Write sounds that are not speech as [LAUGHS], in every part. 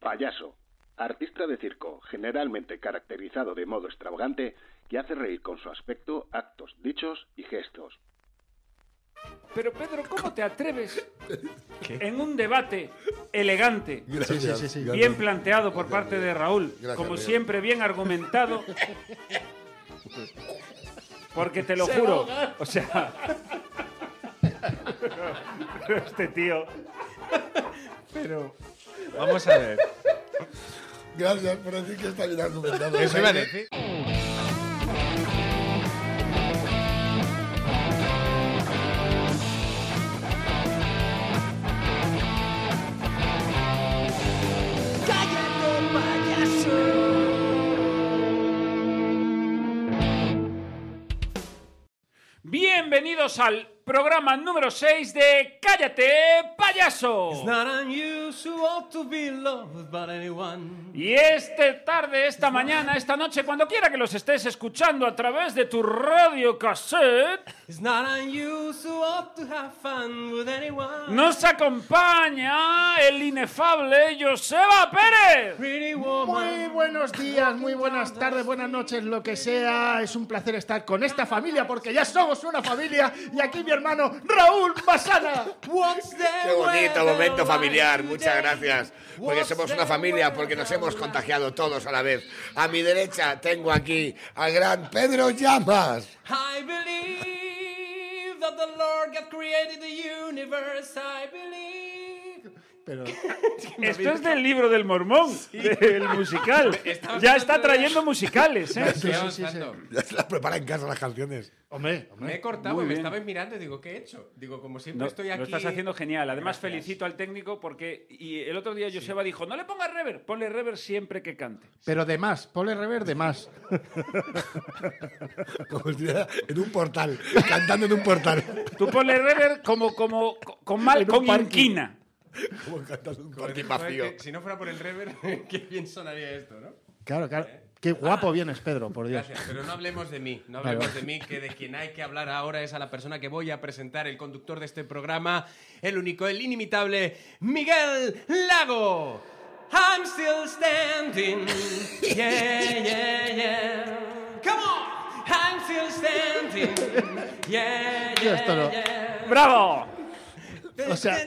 Payaso. Artista de circo, generalmente caracterizado de modo extravagante, que hace reír con su aspecto, actos, dichos y gestos. Pero Pedro, ¿cómo te atreves en un debate elegante, Gracias, Sí, sí, sí, sí. gracias. bien planteado por parte de Raúl, Gracias, como Leo. siempre bien argumentado? Porque te lo juro, o sea, pero este tío, pero Vamos a ver. Gracias por decir que está bien argumentado. Eso iba a decir. bienvenidos al programa número 6 de Cállate, payaso. It's not unusual to be loved by anyone. Y este tarde, esta mañana, esta noche, cuando quiera que los estés escuchando a través de tu radio cassette, It's not unusual to have fun with anyone. nos acompaña el inefable Joseba Pérez. Pretty woman. Muy buenos días, muy buenas tardes, buenas noches, lo que sea. Es un placer estar con esta familia porque ya somos una familia. Y aquí mi hermano Raúl Masana. What's Qué bonito momento familiar, muchas gracias. Porque somos una familia, porque nos hemos contagiado todos a la vez. A mi derecha tengo aquí al gran Pedro Llamas. I believe that the Lord God created the universe. I believe. Pero Esto es del libro del mormón, del [LAUGHS] musical. Ya está trayendo musicales, ¿eh? sí, sí, sí, sí. Ya se las prepara en casa las canciones. Hombre, Me hombre. he cortado, Muy me bien. estabais mirando y digo, ¿qué he hecho? Digo, como siempre No, estoy aquí. Lo estás haciendo genial. Además, Gracias. felicito al técnico porque y el otro día Joseba dijo, no le pongas rever, ponle rever siempre que cante. Pero de más, ponle rever de más. Como si estuviera en un portal, cantando en un portal. Tú ponle rever como, como, con mal, En un con parking. inquina. Como cantando en un Joder, portal joder, vacío. que Si no fuera por el rever, [LAUGHS] qué bien sonaría esto, ¿no? Claro, claro. Eh. Qué Ah. guapo vienes, Pedro, por Dios. Gracias, pero no hablemos de mí, no Vale, hablemos vale. de mí, que de quien hay que hablar ahora es a la persona que voy a presentar, el conductor de este programa, el único, el inimitable, Miguel Lago. I'm still standing. Yeah, yeah, yeah. Come on. I'm still standing. Yeah, Yo esto no. yeah, Eh, yeah. ¡Bravo! eh, O sea,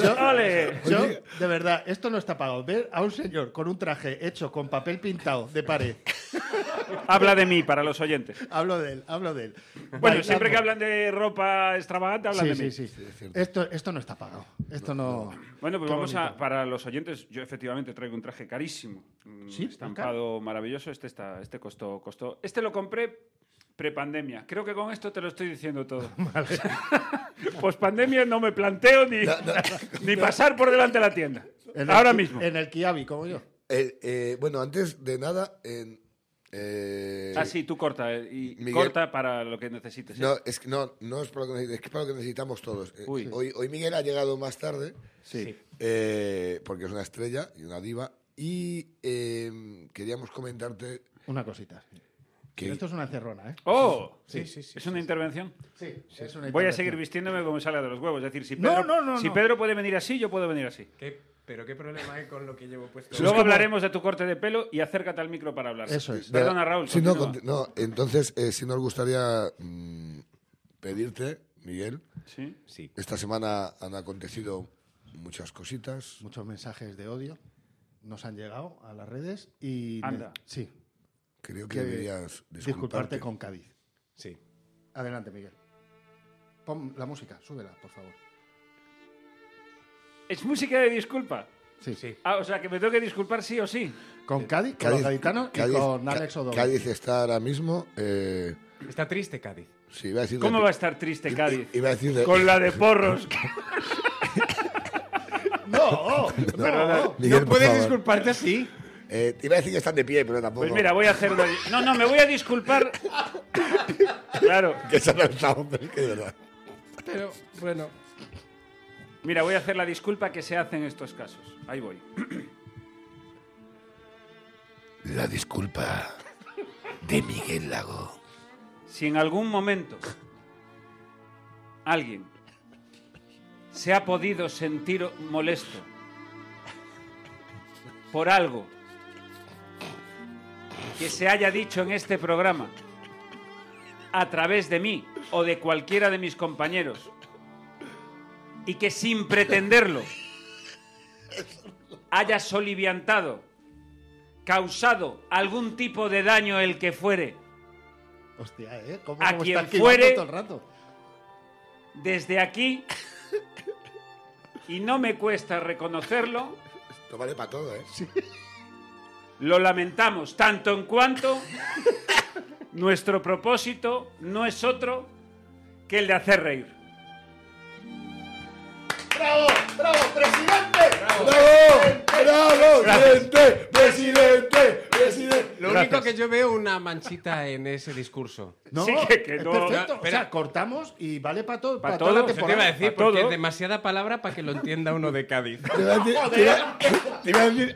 yo, ¡Ole! yo, de verdad, esto no está pagado. Ver a un señor con un traje hecho con papel pintado de pared. Habla de mí para los oyentes. Hablo de él, hablo de él. Bueno, siempre que hablan de ropa extravagante, hablan Sí, de mí. sí, sí. Esto, esto no está pagado. Esto no. Bueno, pues Qué vamos a. bonito. Para los oyentes, yo efectivamente traigo un traje carísimo. Un Sí, estampado maravilloso. Este está, este costó, costó. Este lo compré prepandemia. Creo que con esto te lo estoy diciendo todo. [LAUGHS] [LAUGHS] pues pandemia no me planteo ni, [LAUGHS] ni pasar por delante de la tienda. En el Ahora ki- mismo. En el Kiabi, como yo. Eh, eh, bueno, antes de nada, en- eh, Ah, sí, tú corta. eh, Y Miguel- corta para lo que necesites. ¿eh? No, es que no, no es para lo que, neces- es que es para lo que necesitamos todos. Eh, Uy. Hoy, hoy Miguel ha llegado más tarde. Sí. Eh, porque es una estrella y una diva. Y eh, queríamos comentarte Una cosita. que Esto es una cerrona, ¿eh? ¡Oh! Sí, ¿Es una intervención? Sí, es una Voy a intervención. seguir vistiéndome como me salga de los huevos. Es decir, si No, Pedro, no, no, si no. Pedro puede venir así, yo puedo venir así. ¿Qué- pero qué problema hay con lo que llevo puesto. Luego hablaremos de tu corte de pelo y acércate al micro para hablar. Eso es. Perdona, Raúl. Sí, no, continúa. conti- no, entonces, eh, si nos gustaría mm, pedirte, Miguel, Sí. Sí. esta semana han acontecido muchas cositas. Muchos mensajes de odio nos han llegado a las redes y. Anda. Sí. Creo que que deberías disculparte. disculparte con Cádiz. Sí. Adelante, Miguel. Pon la música, súbela, por favor. Es música de disculpa. Sí, Sí. Ah, o sea, que me tengo que disculpar sí o sí. Con Cádiz, con los gaditanos y con Alex Ca- O'Donnell. Cádiz está ahora mismo. Eh, Está triste Cádiz. sí, iba a decir ¿Cómo de- va a estar triste Cádiz? Iba a decir de- Con la de [LAUGHS] porros. ¡No! ¡No! Miguel, no por puedes favor. disculparte así. Eh, iba a decir que están de pie, pero tampoco. Pues mira, voy a hacer... una- No, no, me voy a [LAUGHS] disculpar. Claro. Que se han lanzado, pero es que de verdad. Pero bueno. Mira, voy a hacer la disculpa que se hace en estos casos. Ahí voy. La disculpa de Miguel Lago. si en algún momento alguien se ha podido sentir molesto por algo que se haya dicho en este programa a través de mí o de cualquiera de mis compañeros y que sin pretenderlo haya soliviantado, causado algún tipo de daño el que fuere, Hostia, ¿eh? ¿Cómo, A cómo quien estás quemando fuere- todo el rato? desde aquí, y no me cuesta reconocerlo, Esto vale para todo, ¿eh? Lo lamentamos tanto en cuanto nuestro propósito no es otro que el de hacer reír. ¡Bravo! ¡Bravo, presidente! ¡Bravo! ¡Bravo! ¡Presidente! ¡Presidente! ¡Presidente! Lo único que yo veo una manchita en ese discurso. No, Sí, que- que es no- perfecto. No, o espera. sea, cortamos y vale para todo, Pa' para toda todo, la se Yo te iba a temporada. decir, A porque todo. es demasiada palabra para que lo entienda uno [LAUGHS] de Cádiz. Te iba a decir- te iba- te iba a decir-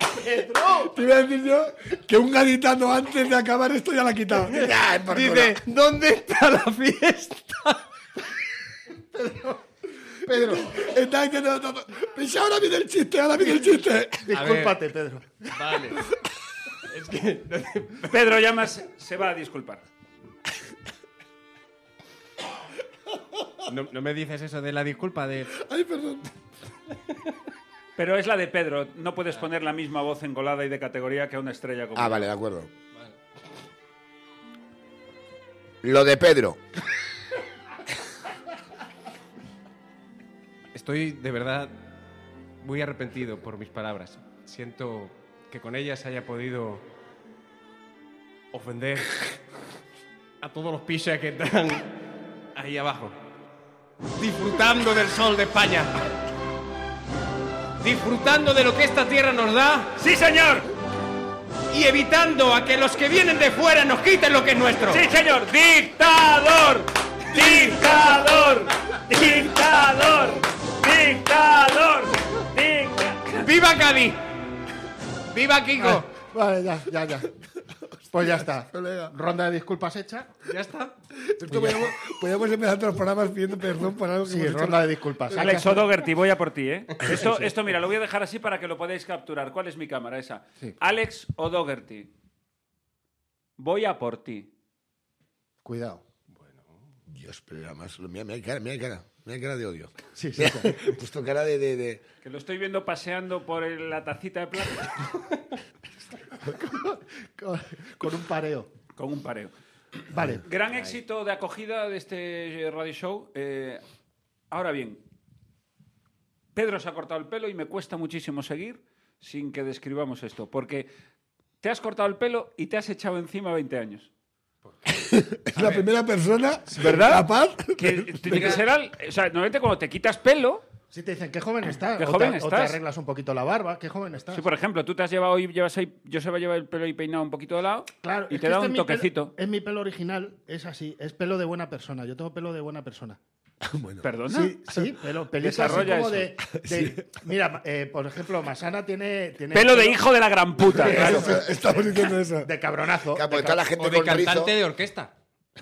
te iba a decir yo que un gaditano antes de acabar esto ya la ha quitado. Ya, por culo. ¿dónde está la fiesta? Pedro, Está diciendo todo. Pues ahora viene el chiste, ahora viene el chiste. discúlpate, Pedro. Vale. Es que... Pedro Llamas se va a disculpar. No, no me dices eso de la disculpa de... Ay, perdón. Pero es la de Pedro, no puedes poner la misma voz engolada y de categoría que a una estrella como Ah, vale, de acuerdo. Lo de Pedro. Estoy de verdad muy arrepentido por mis palabras. Siento que con ellas haya podido ofender a todos los pichas que están ahí abajo, disfrutando del sol de España, disfrutando de lo que esta tierra nos da ¡Sí, señor! y evitando a que los que vienen de fuera nos quiten lo que es nuestro. ¡Sí, señor! ¡Dictador! ¡Dictador! ¡Dictador! ¡Dictador! ¡Dictador! ¡Viva Cádiz! ¡Viva Kiko! Ah, vale, ya, ya, ya. Pues ya está. colega. Ronda de disculpas hecha. Ya está. Esto podríamos, podríamos empezar todos los programas pidiendo perdón por algo que Sí, hemos hecho. ronda de disculpas. Alex O'Dougherty, voy a por ti, ¿eh? Esto, esto, mira, lo voy a dejar así para que lo podáis capturar. ¿Cuál es mi cámara? Esa. Alex O'Dougherty, voy a por ti. Cuidado. Dios, pero era más. Mira, mira, cara, mira, cara. Mira, cara de odio. Sí, sí. Mira, he puesto cara de. de, de- Que lo estoy viendo paseando por el- la tacita de plata Con, con un pareo. con un pareo. Vale. Gran éxito de acogida de este radio show. Eh, ahora bien, Pedro se ha cortado el pelo y me cuesta muchísimo seguir sin que describamos esto, porque te has cortado el pelo y te has echado encima 20 años. Es la primera persona. ¿Verdad? Capaz. Que tiene que ser al- o sea, normalmente cuando te quitas pelo, Si te dicen, qué joven estás. Qué o joven te, o te estás. arreglas un poquito la barba, qué joven estás. si por ejemplo tú te has llevado hoy llevas ahí, yo se va a llevar el pelo y peinado un poquito de lado, Claro, y es te que da este es un mi pelo- toquecito. es mi pelo original, es así, es pelo de buena persona. Yo tengo pelo de buena persona. Bueno. Perdona. Sí, sí, pelo, pelito así Desarrolla como eso. de, de- Mira, eh, por ejemplo, Masana tiene, tiene Pelo de hijo de la gran puta. claro. Eso, [LAUGHS] estamos diciendo eso. de cabronazo. Claro, de porque toda la gente O de con rizo. cantante de orquesta.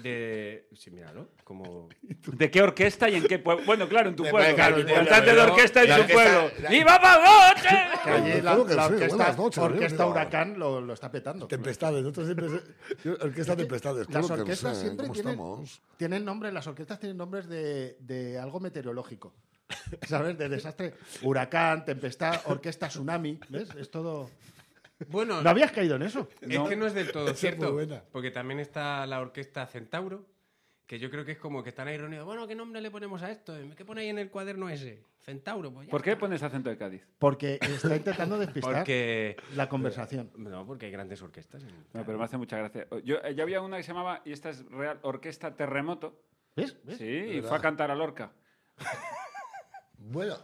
De... Sí, míralo. Como... ¿De qué orquesta y en qué pueblo? Bueno, claro, en tu De- pueblo. claro, el de- cantante de claro. orquesta La en tu orquesta- pueblo. la- ¡Viva Que Pagoche! allí la, Claro que la sí, orquesta, buenas noches, orquesta bienvenido. Huracán lo, lo está petando. Tempestades, nosotros siempre. se- Yo, orquesta Tempestades, Las claro que no orquestas sé, siempre eh, ¿cómo tienen, estamos? tienen nombres, las orquestas tienen nombres de, de algo meteorológico. ¿Sabes? De desastre. Huracán, tempestad, orquesta, tsunami. ¿Ves? Es todo. Bueno, ¿No habías caído en eso? es que no es del todo Esa es muy cierto. buena. Porque también está la orquesta Centauro, que yo creo que es como que están ahí reunidos. Bueno, ¿qué nombre le ponemos a esto? ¿Qué ponéis en el cuaderno ese? Centauro, pues ya. ¿Por qué pones acento de Cádiz? Porque está intentando despistar Porque... la conversación. No, porque hay grandes orquestas. en- No, pero me hace mucha gracia. Yo, eh, ya había una que se llamaba, y esta es real, Orquesta Terremoto. ¿Ves? ¿Ves? Sí, y fue a cantar a Lorca. Bueno,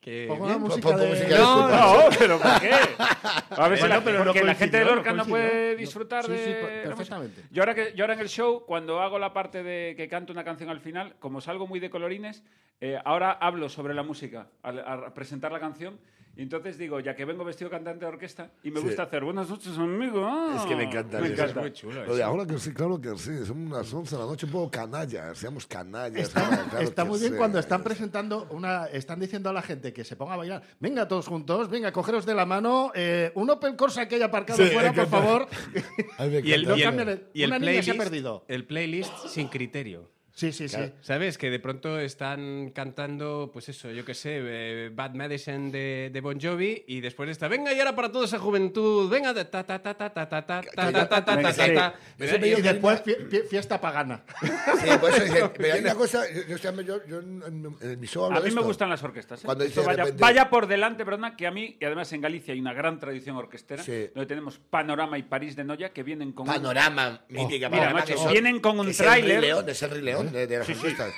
Que... Pongo la bien. música pon- pon de- música de- No, no. No, pero ¿por qué? A ver, si Bueno, la- pero porque la no coincidió, gente de Lorca no no coincidió. puede No. disfrutar Sí, de. sí, la per- música. perfectamente. Yo ahora, que, yo ahora en el show, cuando hago la parte de que canto una canción al final, como salgo muy de colorines, eh, ahora hablo sobre la música al, al presentar la canción Y entonces digo, ya que vengo vestido cantante de orquesta y me Sí. gusta hacer buenas noches, amigo. ah". Es que me encanta. Me eso. encanta. muy chulo Lo de eso. ahora que sí, claro que sí. Son unas 11 de la noche un poco canallas. Seamos canallas. claro, claro Está que muy bien sí. cuando están presentando una. Están diciendo a la gente que se ponga a bailar. Venga todos juntos, venga, cogeros de la mano. eh, un Opel Corsa que haya aparcado Sí, fuera, por encanta. favor. [LAUGHS] Ay, me Y el, encanta. y el- cambian el- y el una niña playlist, se ha perdido. el playlist sin criterio. Sí, sí, sí. ¿Sabes? Que de pronto están cantando, pues eso, yo qué sé, eh, Bad Medicine de, de Bon Jovi y después está, venga y ahora para toda esa juventud, venga, ta ta ta ta ta ta ta ta ta ta ta ta ta Sí. ta. Pero Y ellos- después fie- fie- fiesta pagana. Sí, por eso dicen, pero hay una cosa, yo, yo, yo- yo en, en- en mi show hablo A de mí me esto. gustan las orquestas. ¿eh? Cuando Esto dice de vaya, repente- vaya por delante, perdona, que a mí, y además en Galicia hay una gran tradición orquestera, Sí. donde tenemos Panorama y París de Noya, que vienen con... un- Oh, Panorama, mítica, mira, panorama, macho, que son- vienen con un que es el Rey tráiler. León, Es el Rey León de, de las orquestas.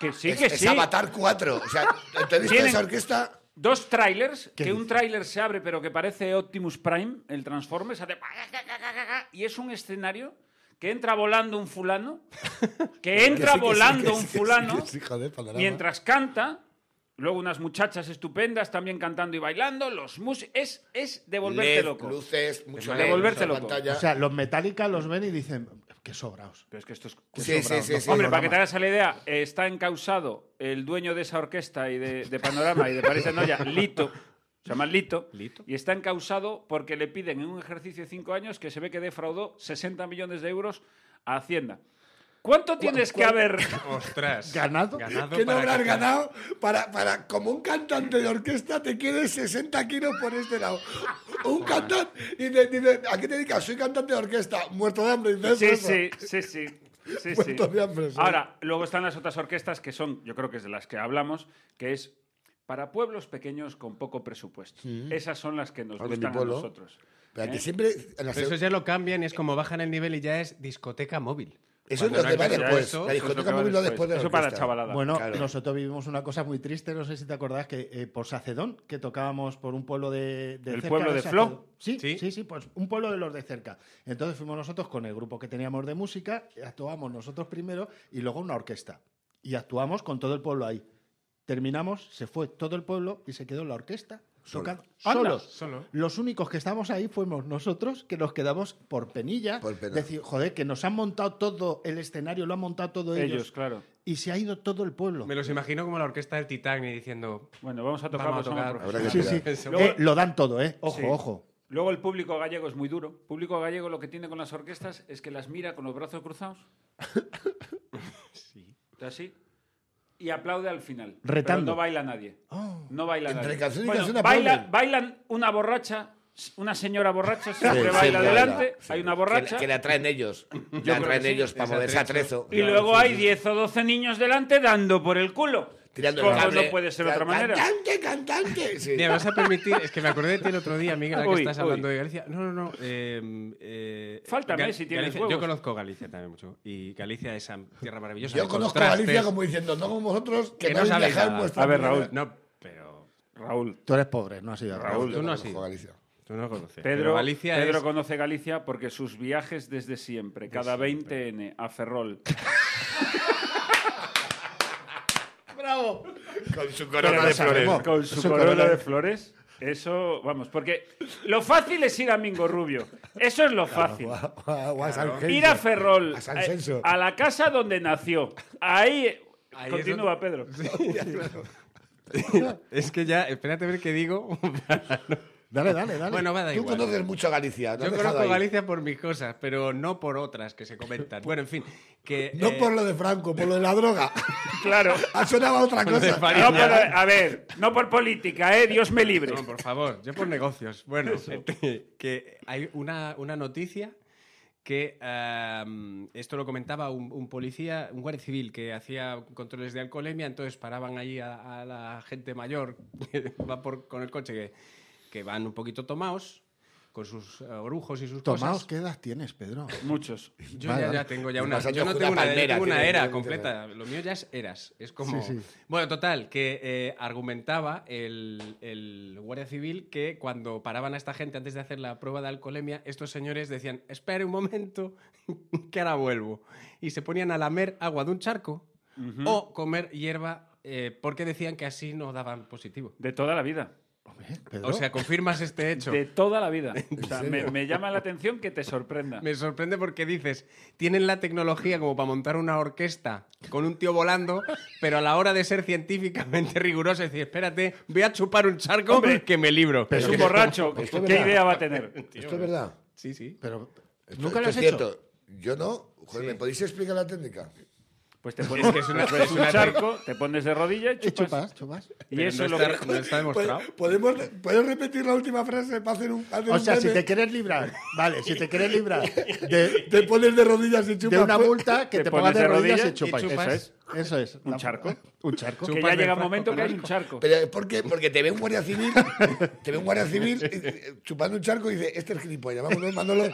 Que sí, Es, que es sí. Avatar 4. O sea, ¿te has visto Tienen- esa orquesta? Dos trailers, ¿Qué que un dices? tráiler se abre pero que parece Optimus Prime, el Transformers, hace y es un escenario que entra volando un fulano, que entra sí, [LAUGHS] que sí, volando que sí, un que sí, fulano, que sí, joder, panorama. mientras canta, luego unas muchachas estupendas también cantando y bailando, los mus es es de volverte LED, loco. luces, mucho De LED, volverte mucha loco. pantalla. O sea, los Metallica los ven y dicen, qué sobraos. Pero es que esto es- sí, sí, sobrados, sí, no sí. son Hombre, para que programas. te hagas la idea, eh, está encausado el dueño de esa orquesta y de, de Panorama y de París de Noya, Lito. Se llama Lito, Lito. Y está encausado porque le piden en un ejercicio de cinco años que se ve que defraudó 60 millones de euros a Hacienda. ¿Cuánto tienes que haber? Ostras. ¿Ganado? Ganado ¿Qué no para habrás que- ganado para, para, como un cantante de orquesta, te quieres 60 kilos por este lado? Un cantante, y te dice, ¿a qué te dedicas? Soy cantante de orquesta, muerto de hambre, dices Sí, eso. sí, sí, sí. sí, sí. Muerto de hambre, sí. Ahora, luego están las otras orquestas que son, yo creo que es de las que hablamos, que es para pueblos pequeños con poco presupuesto. Mm. Esas son las que nos Las de mi gustan a pueblo. nosotros. Pero aquí ¿Eh? siempre... en la Pero eso seg- ya lo cambian y es como bajan el nivel y ya es discoteca móvil. Eso es Cuando lo que pues, no va hay después. Eso es lo la eso, que discoteca va móvil va después. después de la Eso para la orquesta. chavalada. Bueno, Claro. nosotros vivimos una cosa muy triste, no sé si te acordás, que eh, por Sacedón, que tocábamos por un pueblo de, de El cerca pueblo de Sacedón. Flo. Sí, Sí. sí, sí, pues un pueblo de los de cerca. Entonces fuimos nosotros con el grupo que teníamos de música, actuamos nosotros primero y luego una orquesta. Y actuamos con todo el pueblo ahí. Terminamos, se fue todo el pueblo y se quedó la orquesta. tocando Anda, solos. Los únicos que estábamos ahí fuimos nosotros, que nos quedamos por penilla. Por pena. Decir, joder, que nos han montado todo el escenario, lo han montado todo Ellos, claro. y se ha ido todo el pueblo. Me los imagino como la orquesta del Titanic diciendo, Bueno, vamos a tocar, Vamos a vamos a tocar. Habrá que Sí, esperar. sí. Pensemos- Eh, lo dan todo, ¿eh? Ojo, Sí. ojo. Luego el público gallego es muy duro. El público gallego lo que tiene con las orquestas es que las mira con los brazos [LAUGHS] cruzados. Así. Y aplaude al final. Retando. Pero no baila nadie. No baila Oh, Entre nadie. canción y Bueno, canción baila- aplauden. bailan una borracha, una señora borracha, siempre Sí, baila sí, delante. sí. Hay una Que, borracha. la- que le atraen ellos. Le creo atraen que sí. ellos para Ese moverse a atrezo. trezo. Y luego hay 10 o 12 niños delante dando por el culo. Tirando Como el cable. no puede ser de otra manera. Cantante, cantante. Sí. Mira, vas a permitir, es que me acordé de ti el otro día, Miguel, ahora Uy, que estás uy. hablando de Galicia. No, no, no. Eh, eh, Fáltame Gal- si tienes Galicia- Yo huevos. conozco Galicia también mucho. Y Galicia es am- tierra maravillosa. Yo de conozco a contrastes. Galicia como diciendo, no como vosotros, que, no Que no habéis sabéis viajado en nada. vuestra A ver, manera. Raúl. No, pero Raúl. Tú eres pobre, no has ido. a Raúl. tú yo no has conozco ido. Galicia. tú no conoces. Pedro, Pero Galicia Pedro es... conoce Galicia porque sus viajes desde siempre, cada 20N a Ferrol. ¡Bravo! Con su Pero corona lo de flores. sabemos. Con su Su corona corona. de flores. Eso, vamos, porque lo fácil es ir a Mingo Rubio. Eso es lo fácil. [LAUGHS] O a San Genso. Ir a Ferrol, A San eh, Celso. a la casa donde nació. Ahí. Ahí es continúa, Pedro. Es que ya, espérate a ver qué digo. [LAUGHS] Dale, dale, dale. bueno, va, da Tú igual. conoces mucho Galicia. lo has Yo dejado conozco ahí. Galicia por mis cosas, pero no por otras que se comentan. Bueno, en fin. Que, No eh, por lo de Franco, por lo de la droga. [LAUGHS] Claro. Ha sonado a otra Por lo [LAUGHS] de cosa. Farid. No por- a ver, no por política, ¿eh? Dios me libre. No, por favor, yo por negocios. Bueno, este, [LAUGHS] que hay una, una noticia que ehm, esto lo comentaba un, un policía, un guardia civil que hacía controles de alcoholemia, entonces paraban allí a, a la gente mayor que va por, con el coche que, que van un poquito tomados con sus eh, orujos y sus Tomaos, cosas. ¿qué edad tienes, Pedro? Muchos. Yo Vale, ya, vale. ya tengo ya Y una. vas a Yo no tener tengo una una, palmera, tengo una tiene- era tiene- completa. Lo mío ya es eras. Es como. eh, Sí, sí. Bueno, total, que eh, argumentaba el, el Guardia Civil que cuando paraban a esta gente antes de hacer la prueba de alcoholemia, estos señores decían: Espere un momento, [LAUGHS] que ahora vuelvo. Y se ponían a lamer agua de un charco o comer hierba eh, porque decían que así no daban positivo. De toda la vida. Hombre, Pedro. O sea, confirmas [LAUGHS] este hecho. De toda la vida. O sea, serio? me, me llama la atención que te sorprenda. Me sorprende porque dices, tienen la tecnología como para montar una orquesta con un tío volando, pero a la hora de ser científicamente [LAUGHS] riguroso, decir, espérate, voy a chupar un charco Hombre, que me libro. Es Pero un que- borracho. esto es ¿Qué verdad. idea va a tener? Esto es verdad. Sí, sí. Pero, Esto- eh. ¿Nunca esto lo has es hecho? cierto. Yo no. Joder, ¿me podéis explicar la técnica? [LAUGHS] Pues te pones que es una- te haces es un una- charco, te pones de rodilla y ¿Y chupas. chupas? ¿Chupas? Y Pero eso es no, lo está, que... no está demostrado. ¿Pod- ¿Podemos, ¿Puedes repetir la última frase para hacer un, hacer O un sea, si meme? te quieres librar, vale, si te quieres librar de, Te pones de rodillas y chupas. de una pues- multa que Te te, pongas pones de de rodillas rodillas y chupas. y chupas. Eso es. Eso es. ¿Un charco? Un charco. que chupas ya del llega un frasco momento que con hay un asco. charco. Pero, ¿por qué? Porque te ve un guardia civil, te ve un guardia civil eh, eh, chupando un charco y dice, este es gilipollas, vámonos, [LAUGHS] Manolo.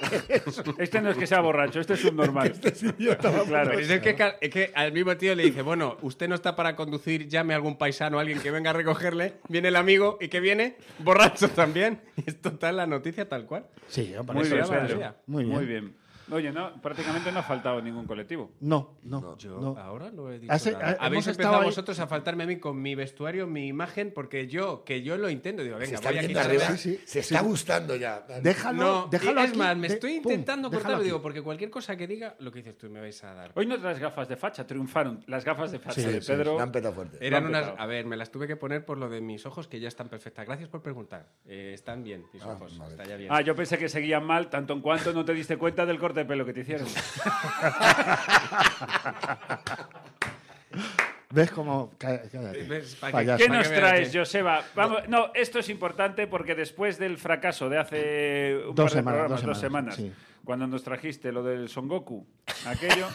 Este no es que sea borracho, este es subnormal. Claro. Pero es, el que, ca- es que al mismo tío le dice, bueno, usted no está para conducir, llame a algún paisano, alguien que venga a recogerle. Viene el amigo y que viene borracho también. [LAUGHS] Y es total la noticia tal cual. Sí, hombre, Muy eso bien, es. Pedro. Pedro. Muy bien. Muy bien. Oye, no, prácticamente no ha faltado ningún colectivo. No, no, no. Ahora no he dicho Hace- nada. ha- Habéis hemos empezado estado ahí- vosotros a faltarme a mí con mi vestuario, mi imagen, porque yo, que yo lo intento, digo, Se venga, está voy a viendo quitarme. arriba, sí. se está gustando ya. Déjalo, No, déjalo es aquí, más, me de- estoy pum, intentando déjalo cortarlo, aquí. digo, porque cualquier cosa que diga, lo que dices tú me vais a dar. Hoy no traes gafas de facha, triunfaron. Las gafas de facha de Pedro. Me han petado Eh, fuerte. Eran lo han unas, petado. a ver, me las tuve que poner por lo de mis ojos, que ya están perfectas. Gracias por preguntar. Eh, están bien mis ojos, está ya bien. [LAUGHS] Ah, yo pensé que seguían mal, tanto en cuanto no te diste cuenta del corte de pelo que te hicieron. ¿Ves cómo.? Cá- cállate, ¿Ves? ¿Para qué? payaso. ¿Qué Para nos que veas traes, que- Joseba? Vamos, no, esto es importante porque después del fracaso de hace un par Dos de semanas, programas, dos dos semanas, semanas, cuando nos trajiste lo del Son Goku, [LAUGHS] aquello,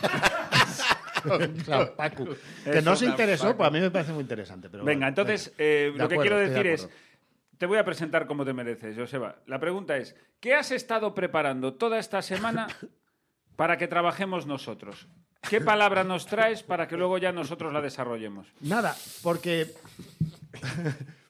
Claro, Paco. Que no se interesó, pues a mí me parece muy interesante. Pero Venga, bueno, entonces venga. eh, De lo que acuerdo, quiero estoy de decir es, acuerdo. te voy a presentar como te mereces, Joseba. La pregunta es, ¿qué has estado preparando toda esta semana para que trabajemos nosotros? ¿Qué palabra nos traes para que luego ya nosotros la desarrollemos? Nada, porque. [LAUGHS]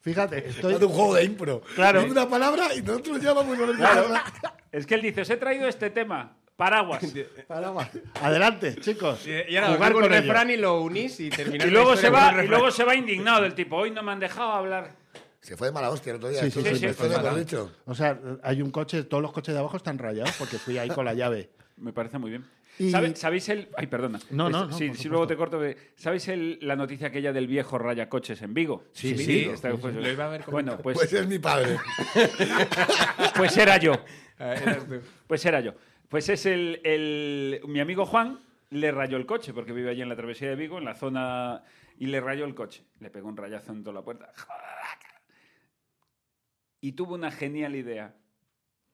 Fíjate, estoy. Hace un juego de impro. Claro. Dime una palabra y nosotros ya vamos a ver Claro. palabra. Es que él dice, os he traído este tema, paraguas. [LAUGHS] Para, va. Adelante, chicos. [LAUGHS] Y, y ahora os jugar digo un con ello. refrán y lo [LAUGHS] unís y termináis. Y la luego, se historia con va, un y luego se va indignado del tipo, hoy no me han dejado hablar. Se fue de mala hostia el otro día. Sí, esto sí, sí, esto fue ya lo mala. has dicho. O sea, hay un coche, todos los coches de abajo están rayados porque fui ahí con la llave. Me parece muy bien. Y- ¿Sabe- ¿Sabéis el...? Ay, perdona. No, no, Es- no, Sí, por si luego supuesto. te corto. eh, ¿Sabéis el- la noticia aquella del viejo raya coches en Vigo? Sí, sí, sí. Esta fue- Lo iba a haber Bueno, comentado. pues, Pues es mi padre. pues era yo. refrán. Ah, eras [LAUGHS] tú. Pues era yo. Pues es el... el- mi amigo Juan le rayó el coche porque vive allí en la travesía de Vigo, en la zona... Y le rayó el coche. Le pegó un rayazo en toda la puerta. Y tuvo una genial idea.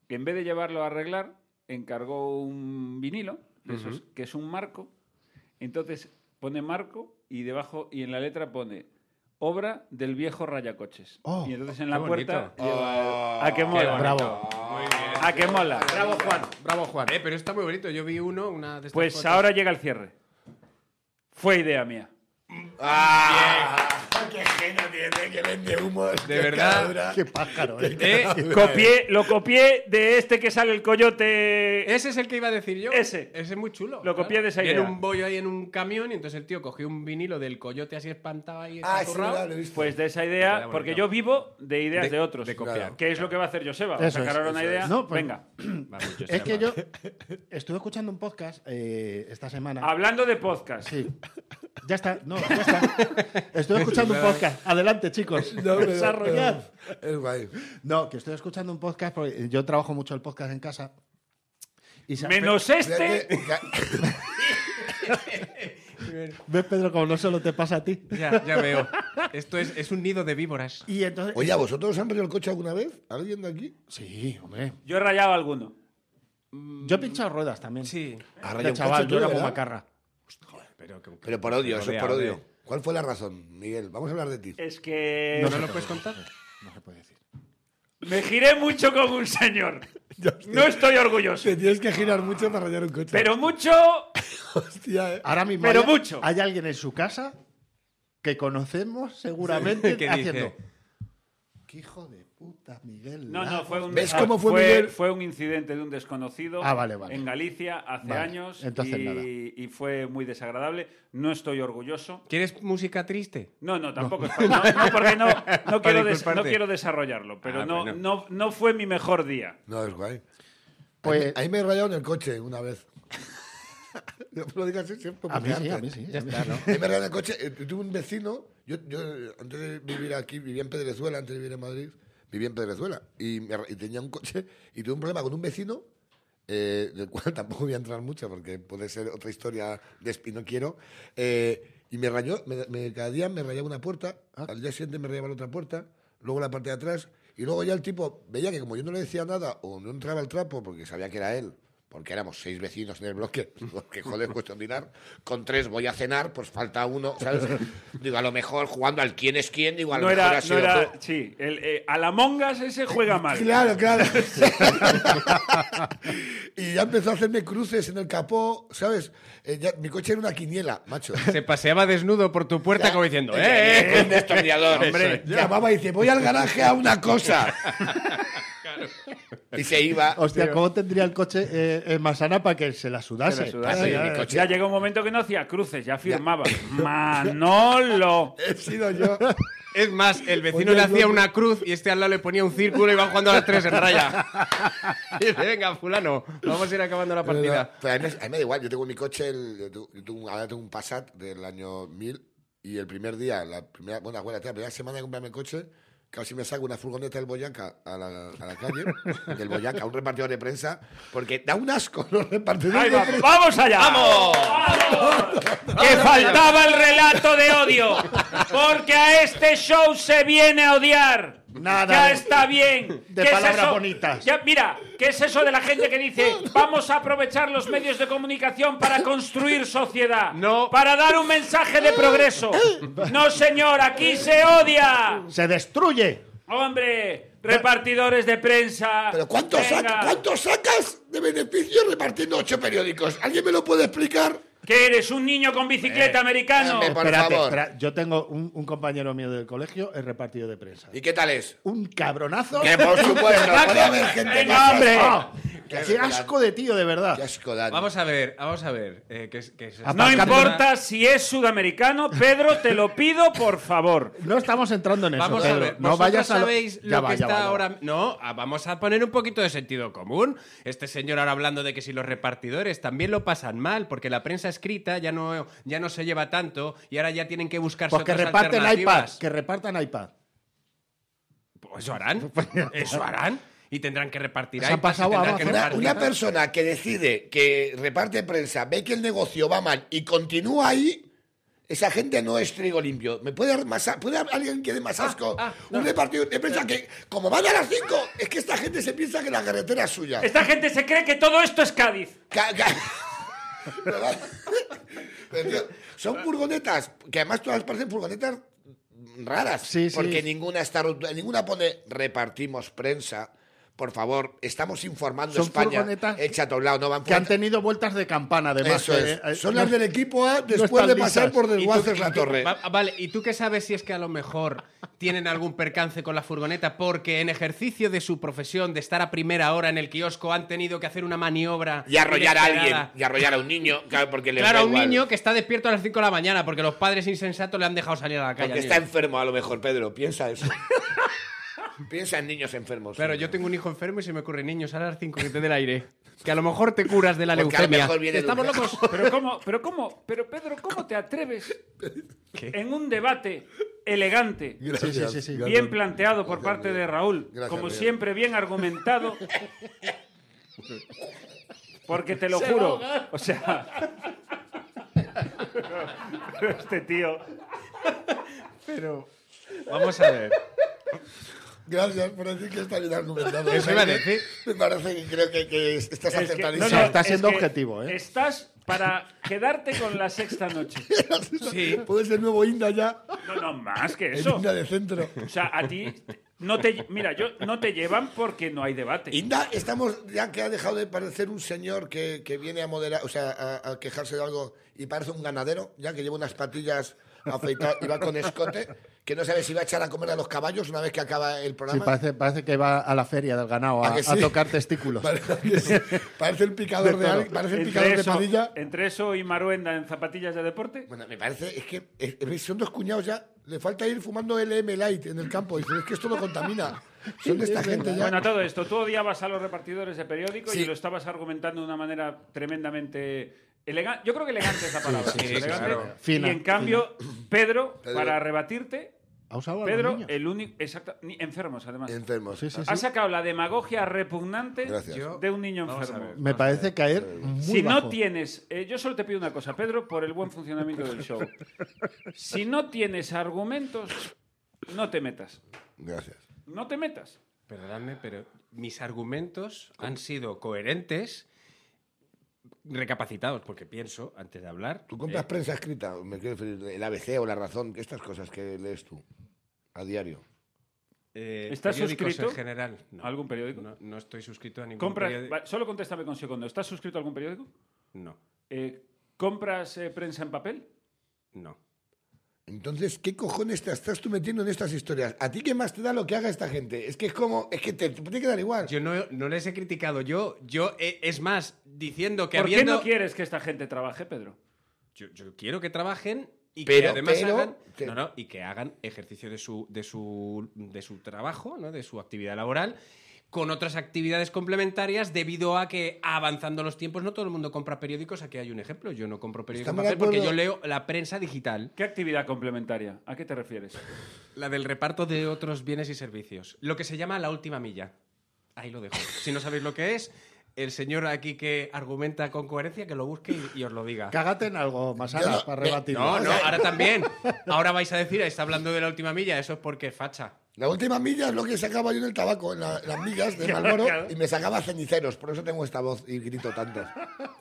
Que en vez de llevarlo a arreglar, encargó un vinilo, de esos, que es un marco. Entonces pone marco y debajo y en la letra pone obra del viejo rayacoches. Oh, y entonces en la qué puerta bonito. lleva- a que Qué mola. bonito. Bravo. Muy bien. A que mola. Bravo, Juan. Bravo, Juan. Eh, pero está muy bonito. Yo vi uno, una de estas Pues fotos. ahora llega el cierre. Fue idea mía. ¡Qué genio tiene! ¡Que vende humo! De verdad. [LAUGHS] Qué pájaro, eh. [LAUGHS] Eh, Copié, lo copié de este que sale el coyote. Ese es el que iba a decir yo. Ese. Ese es muy chulo. Lo copié de esa Tiene idea. un bollo ahí en un camión y entonces el tío cogió un vinilo del coyote así espantado ahí. Ah, sí, estaturrao. verdad, lo he visto. Pues de esa Queda idea, bonito. porque yo vivo de ideas de, De- otros. de copiar. ¿Qué es lo que va a hacer Joseba? Eso Sacar ahora es, una eso idea. es. No, pues- Venga. Vamos, yo Es sé que más. yo estuve escuchando un podcast eh, esta semana. Hablando de podcast. Sí. Ya está, no, ya está. Estuve escuchando un podcast. Adelante, chicos. Desarrollad. Es guay. No, que estoy escuchando un podcast porque yo trabajo mucho el podcast en casa. Y sa- Menos Fíjate este. que- ¿Ves, Pedro, como no solo te pasa a ti? Ya, ya veo. Esto es, es un nido de víboras. Y entonces... Oye, ¿a vosotros os han perdido el coche alguna vez? ¿Alguien de aquí? Sí, hombre. Yo he rayado alguno. Yo he pinchado ruedas también. Sí. ¿Ha Este rayado un chaval, coche tú, yo era verdad? muy macarra. Pero, que- Pero por odio, eso es por Rodea, odio. ¿Cuál fue la razón, Miguel? Vamos a hablar de ti. Es que ¿No lo puedes contar? No se puede decir. me giré mucho con un señor. No estoy orgulloso. tienes que girar mucho para rayar un coche. Pero mucho. Hostia, eh. Ahora mismo Pero hay, mucho. hay alguien en su casa que conocemos seguramente ¿Qué dice? haciendo... ¡Qué hijo de puta! Puta, Miguel. No, no, Lago. fue un, ¿Ves ah, cómo fue, Miguel? fue un incidente de un desconocido Ah, vale, vale. en Galicia hace Vale, años entonces y, nada. y fue muy desagradable. No estoy orgulloso. ¿Quieres música triste? No, no, tampoco. es pa- No, no, porque no, no, quiero des- disculparte. no quiero desarrollarlo, pero Ah, no, bueno. no, no fue mi mejor día. No, es guay. Pues- Ahí me rayaron el coche una [LAUGHS] vez. Yo lo digo así siempre. A mí pues, porque sí, a antes- mí sí. Ya está, [LAUGHS] ¿no? Ahí me rayaron el coche. Eh, Tuve un vecino. Yo, yo, eh, antes de vivir aquí, vivía en Pedrezuela, antes de vivir en Madrid, vivía en Pedrezuela. Y, me ra- y tenía un coche y tuve un problema con un vecino, eh, del cual [LAUGHS] tampoco voy a entrar mucho porque puede ser otra historia de esp- y no quiero. eh, y me rayó, me, me- cada día me rayaba una puerta, al día siguiente me rayaba la otra puerta, luego la parte de atrás. Y luego ya el tipo veía que como yo no le decía nada o no entraba al trapo porque sabía que era él, porque éramos seis vecinos en el bloque, [LAUGHS] porque joder, cuestión de dinar, con tres voy a cenar, pues falta uno, ¿sabes? [LAUGHS] Digo, a lo mejor jugando al quién es quién, digo, a lo No mejor era, ha no sido era, [LAUGHS] tú. sí, el, eh, a la mongas ese juega mal. Claro, [LAUGHS] claro. y ya empezó a hacerme cruces en el capó, ¿sabes? Eh, ya- mi coche era una quiniela, macho. Se paseaba desnudo por tu puerta como diciendo, ¡eh! Con un destornillador. Hombre, Llamaba y dice, voy al garaje a una cosa. [LAUGHS] Y se iba. Hostia, ¿cómo tendría el coche eh, en Masana para que se la sudase? Se la sudase. Ay, Sí, ay, mi coche. Ya llegó un momento que no hacía cruces, ya firmaba. Manolo. He sido [LAUGHS] yo. Es más, el vecino le hacía una cruz y este al lado le ponía un círculo y van jugando a las tres en raya. [LAUGHS] Y dice, venga, fulano, vamos a ir acabando la partida. Pero a mí, a mí me da igual, yo tengo mi coche, el- yo tengo- yo tengo- ahora tengo un Passat del año 1000 y el primer día, la primera, bueno, bueno, la primera semana de comprarme el coche, casi me saco una furgoneta del Boyaca a la, a la calle, [LAUGHS] del Boyaca, a un repartidor de prensa, porque da un asco [LAUGHS] los Ahí repartidores de va, prensa. ¡Vamos allá! ¡Vamos! ¡Que faltaba el relato de odio! Porque a este show se viene a odiar. Nada Ya de- está bien. de ¿Qué es palabras eso? bonitas. Ya, mira, ¿qué es eso de la gente que dice vamos a aprovechar los medios de comunicación para construir sociedad? No. Para dar un mensaje de progreso. No, señor, aquí se odia. Se destruye. Hombre, repartidores de prensa. Pero ¿cuánto, venga. saca- ¿cuánto sacas de beneficio repartiendo ocho periódicos? ¿Alguien me lo puede explicar? ¿Qué eres? ¿Un niño con bicicleta americano? eh, me- Por Espérate, favor. espera, yo tengo un, un compañero mío del colegio, es repartido de prensa. ¿Y qué tal es? Un cabronazo. Ah, Que [LAUGHS] por supuesto, puede haber gente Venga, [LAUGHS] más hombre. asco. Qué, asco de tío, de verdad. Qué asco, Dani. Vamos a ver, vamos a ver. eh, que es- que es- No Aparcando importa si es sudamericano, Pedro, te lo pido por favor. No estamos entrando en eso. Vamos a Pedro. ver, no vosotros vayas a sabéis Ya lo va, que ya está va, ya va. ahora. No, ah, vamos a poner un poquito de sentido común. Este señor ahora hablando de que si los repartidores también lo pasan mal, porque la prensa escrita ya no, ya no se lleva tanto y ahora ya tienen que buscarse Pues que otras reparten iPad. alternativas. Que repartan iPad. Pues eso [LAUGHS] harán. Eso harán. Y tendrán que repartir Se han iPads, y pasado tendrán abajo. que Una, repartir- una persona que decide que reparte prensa, ve que el negocio va mal y continúa ahí, esa gente no es trigo limpio. ¿Me puede, dar más a- puede haber alguien que dé más asco? Un repartidor de prensa que, como van a las 5, es que esta gente se piensa que la carretera es suya. Esta gente se cree que todo esto es Cádiz. Ca- ca- [LAUGHS] ¿Verdad? Pero, tío, Son furgonetas, que además todas parecen furgonetas raras. Sí, sí. Porque ninguna está rot- ninguna pone repartimos prensa. Por favor, estamos informando a Son España. furgonetas Échate a un lado, no van Pues Que han furgonetas. tenido vueltas de campana, además. Eso que, es. eh, Son no- las del equipo A después están de pasar lisas. por ¿Y tú- desguaces la y tú- torre. va- ah, vale, ¿y tú qué sabes si es que a lo mejor tienen algún percance con la furgoneta porque en ejercicio de su profesión, de estar a primera hora en el kiosco, han tenido que hacer una maniobra Y arrollar a alguien, inesperada? y arrollar a un niño, claro, porque le Claro, a un niño que está despierto a las 5 de la mañana porque los padres insensatos le han dejado salir a la calle. Porque al está niño. enfermo a lo mejor, Pedro, piensa [LAUGHS] eso. piensa en niños enfermos. Claro, yo tengo un hijo enfermo y se me ocurre, niños, a las 5 que te dé el aire. Que a lo mejor te curas de la Porque a lo leucemia. mejor viene Estamos leucemia. locos. Pero cómo, pero cómo, pero Pedro, ¿cómo te atreves en un debate elegante, Sí, sí, sí, sí. bien planteado por parte de Raúl, Gracias, como Miguel. siempre bien argumentado? Porque te lo juro, o sea, [LAUGHS] este tío Vamos a ver. Gracias por decir que está bien argumentado. Eso iba a decir. Me parece que creo que, que estás es que- acertadísimo. no, no, está es siendo que objetivo, ¿eh? Estás para quedarte con la sexta noche. [LAUGHS] Sí. Puedes ser nuevo Inda ya. No, no, más que El eso. Inda de centro. O sea, a ti no te mira, yo no te llevan porque no hay debate. Inda, estamos ya que ha dejado de parecer un señor que, que viene a moderar, o sea, a, a quejarse de algo y parece un ganadero, ya que lleva unas patillas afeitadas y va con escote, que no sabe si va a echar a comer a los caballos una vez que acaba el Sí, programa. parece, parece que va a la feria del ganado ¿A a, que a sí? tocar testículos. Parece, parece el picador de, toro. alguien- parece el picador de eso, padilla. entre eso y Maruenda en zapatillas de deporte. Bueno, me parece, es que es- es- son dos cuñados ya. Le falta ir fumando LM Light en el campo. Dice, es que esto lo contamina. Son de esta gente ya. Bueno, todo esto, tú odiabas a los repartidores de periódico Sí. y lo estabas argumentando de una manera tremendamente elegante. Yo creo que elegante es la palabra. sí, sí, elegante. claro. Fina, y en cambio, Pedro, Pedro. para rebatirte, ¿Ha usado a los Pedro, niños? el único. Exacto, ni- enfermos además. Enfermos. Sí, sí, sí. Ha sacado la demagogia repugnante Gracias. Yo- de un niño Vamos a ver. enfermo. Me parece caer muy Si bajo. no tienes, eh, yo solo te pido una cosa, Pedro, por el buen funcionamiento del show. Si no tienes argumentos, no te metas. Gracias. No te metas. Perdonadme, pero mis argumentos han sido coherentes, recapacitados, porque pienso antes de hablar. ¿Tú compras Eh, prensa escrita? Me quiero referir, el ABC o La Razón, estas cosas que lees tú a diario. eh, ¿Estás periódicos suscrito en general? No. a algún periódico? No, no estoy suscrito a ningún Compras, periódico. va, solo contéstame con segundo. ¿Estás suscrito a algún periódico? No, Eh, ¿Compras eh, prensa en papel? no. Entonces, ¿qué cojones te estás tú metiendo en estas historias? ¿A ti qué más te da lo que haga esta gente? Es que es como, es que te, te tiene que dar igual. Yo no, no les he criticado. Yo, yo eh, es más, diciendo que ¿Por qué habiendo. no quieres que esta gente trabaje, Pedro? yo, yo quiero que trabajen y que Pero- además pero- hagan. que- No, no, y que hagan ejercicio de su, de su, de su trabajo, ¿no? de su actividad laboral, con otras actividades complementarias, debido a que avanzando los tiempos, no todo el mundo compra periódicos. Aquí hay un ejemplo. Yo no compro periódicos en Estamos de papel porque yo acuerdo. leo la prensa digital. ¿Qué actividad complementaria? ¿A qué te refieres? La del reparto de otros bienes y servicios. Lo que se llama la última milla. Ahí lo dejo. Si no sabéis lo que es, el señor aquí que argumenta con coherencia, que lo busque y, y os lo diga. Cágate en algo, Masana, Yo- para me- rebatirlo. No, no, ahora también. Ahora vais a decir, está hablando de la última milla, eso es porque es facha. La última milla es lo que sacaba yo en el tabaco, en la- las millas [LAUGHS] de Malboro, y me sacaba ceniceros. Por eso tengo esta voz y grito tanto. [LAUGHS]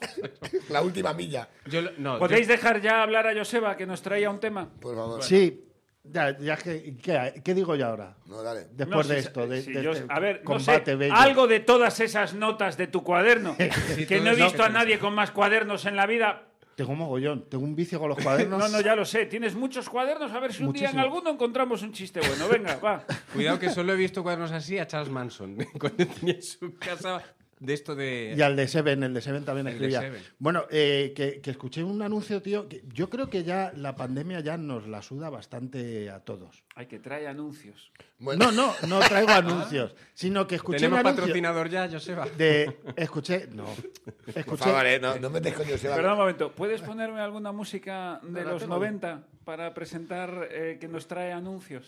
la última milla, Yo, lo- no, ¿Podéis yo- dejar ya hablar a Joseba que nos traía un tema? por favor. Sí, ya, ya que- ¿qué, qué digo yo ahora? No, dale. Después No, de si- esto, de, si de yo- este a ver, no sé, combate bello. algo de todas esas notas de tu [LAUGHS] cuaderno, Sí, que todo no he eso visto a que nadie con más cuadernos en la vida. Tengo un mogollón, tengo un vicio con los [LAUGHS] cuadernos. No, no, ya lo sé. Tienes muchos cuadernos. A ver si un día en Muchísimos. alguno encontramos un chiste bueno. Venga, va. Cuidado que solo he visto cuadernos así a Charles Manson, [LAUGHS] cuando tenía en su casa de esto de... Y al de Seven, el de Seven también El de escribía. Seven. Bueno, eh, que, que escuché un anuncio, tío. que yo creo que ya la pandemia ya nos la suda bastante a todos. [LAUGHS] Hay que trae anuncios. Bueno, No, no, no [LAUGHS] Ah. traigo anuncios, sino que escuché un Tenemos anuncio patrocinador ya, Joseba. de escuché, no, por escuché favor, eh, no, no me des coño, Seba. Perdón un momento. ¿Puedes ponerme alguna música de los 90 para presentar eh, que nos trae anuncios?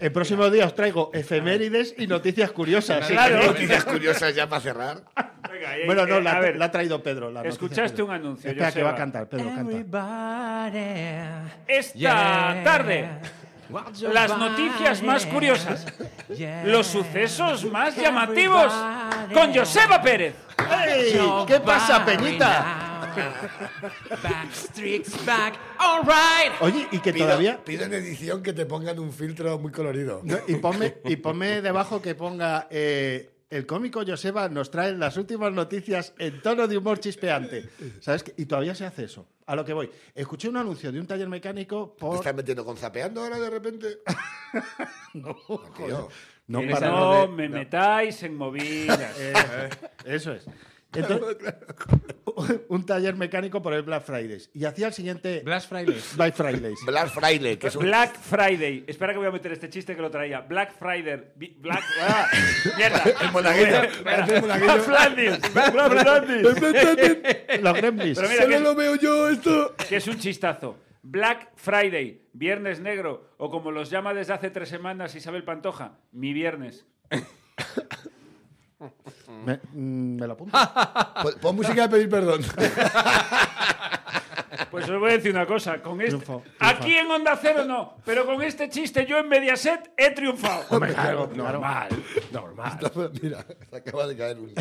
El próximo día os traigo efemérides y noticias curiosas. Claro. Noticias curiosas ya para cerrar. Venga, eh, Bueno, no, eh, la, a ver, la ha traído Pedro. la noticia escuchaste Pedro. un anuncio, Espera, que va a Joseba. cantar, Pedro, Eh, canta. Everybody. esta Yeah. tarde What's your las noticias más body? curiosas, Yeah. los sucesos más llamativos con Joseba Pérez. ¡Ey! ¿Qué pasa, Peñita? Backstreet's back, all right. Oye, y que Pido, todavía. pido en edición que te pongan un filtro muy colorido. No, y, ponme, y ponme debajo que ponga. eh, el cómico Joseba nos trae las últimas noticias en tono de humor chispeante. ¿Sabes? qué? Y todavía se hace eso. A lo que voy. Escuché un anuncio de un taller mecánico ¿Te por. estás metiendo con zapeando ahora de [LAUGHS] repente? no, tío. No, Que para no lo de- me metáis en [LAUGHS] movidas. Eh, Eso es. Entonces, un taller mecánico por el Black Fridays. Y hacía el siguiente. Blas Frailes. Black Fridays. Black Friday, que es un... Black Friday. Espera que voy a meter este chiste que lo traía. Black Friday. Bi- Black. ¡Ah! ¡Mierda! [LAUGHS] El monaguillo. Parece un monaguillo. Flandis. Flandis. Los Gremlins. Pero mira, Solo que, lo veo yo esto. que es un chistazo. Black Friday, Viernes Negro, o como los llama desde hace tres semanas Isabel Pantoja, mi viernes. Me, mm, me lo apunto. Pon, pon música de pedir perdón. [LAUGHS] Pues os voy a decir una cosa, con este, Triunfo, triunfa. aquí en Onda Cero no, pero con este chiste yo en Mediaset he triunfado. claro, claro. Mira, se acaba de caer un,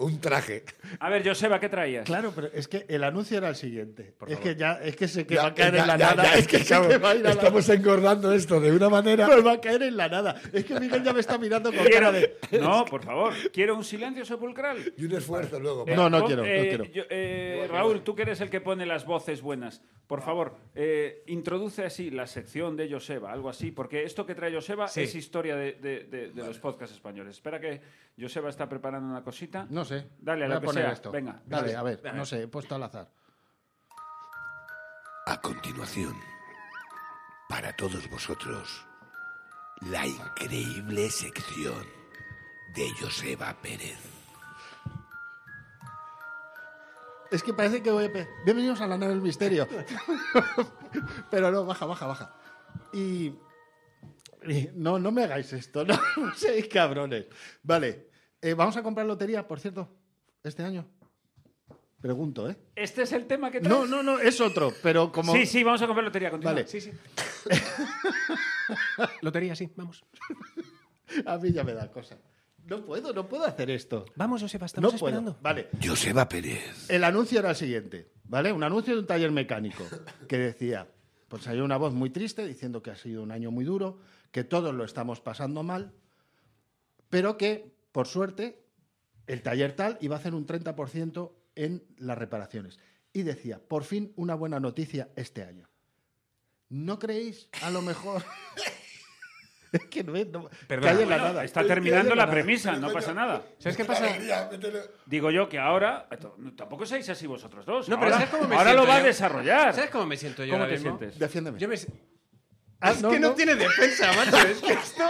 un traje. A ver, Joseba, ¿qué traías? Claro, pero es que el anuncio era el siguiente. Es que ya, es que se que Ya, va a caer ya, en la ya, nada. ya, es que, se claro, [LAUGHS] que va a ir a la- estamos engordando esto de una manera. Pues va a caer en la nada. Es que [LAUGHS] Miguel ya me está mirando con cara Quiero- de. No, por favor, quiero un silencio sepulcral. Y un esfuerzo luego. No, no Pon- quiero, no eh, quiero. Ah. yo- eh, Raúl, tú que eres el que pone las voces buenas, por favor, eh, introduce así la sección de Joseba, algo así, porque esto que trae Joseba Sí. es historia de, de- de- de los podcasts españoles. Espera que Joseba está preparando una cosita. No sé. Dale, a Voy lo que poner sea. esto. Venga. Dale, dale. a ver, Dale. no sé, he puesto al azar. A continuación, para todos vosotros, la increíble sección de Joseba Pérez. Es que parece que voy a... pe- Bienvenidos a la nave del misterio. [LAUGHS] Pero no, baja, baja, baja. Y... y No, no me hagáis esto, [LAUGHS] no, no seáis cabrones. Vale, eh, vamos a comprar lotería, por cierto, este año. Pregunto, ¿eh? Este es el tema que traes. No, no, no, es otro, pero como... Sí, sí, vamos a comprar lotería contigo. Vale. Sí, sí. Lotería, sí, vamos. [LAUGHS] A mí ya me da cosa. No puedo, no puedo hacer esto. Vamos, Josefa, No estamos puedo. esperando. Vale, Joseba Pérez. El anuncio era el siguiente, ¿vale? Un anuncio de un taller mecánico que decía, pues salió una voz muy triste diciendo que ha sido un año muy duro, que todos lo estamos pasando mal, pero que, por suerte, el taller tal iba a hacer un 30% en las reparaciones. Y decía, por fin una buena noticia este año. ¿No creéis, a lo mejor... [LAUGHS] es que no es... No, Perdona, cae en la Bueno, nada. Está Cae en terminando la nada. premisa, no pasa nada. ¿Sabes qué pasa? Alegría, métele. Digo yo que ahora. no, Tampoco seáis así vosotros dos. No, pero ahora ¿sabes cómo me ahora lo siento va a yo? desarrollar. ¿Sabes cómo me siento yo ¿Cómo ahora te mismo? sientes? Defiéndeme. Yo me... Es Ah, que no, tiene defensa, macho. Es que esto...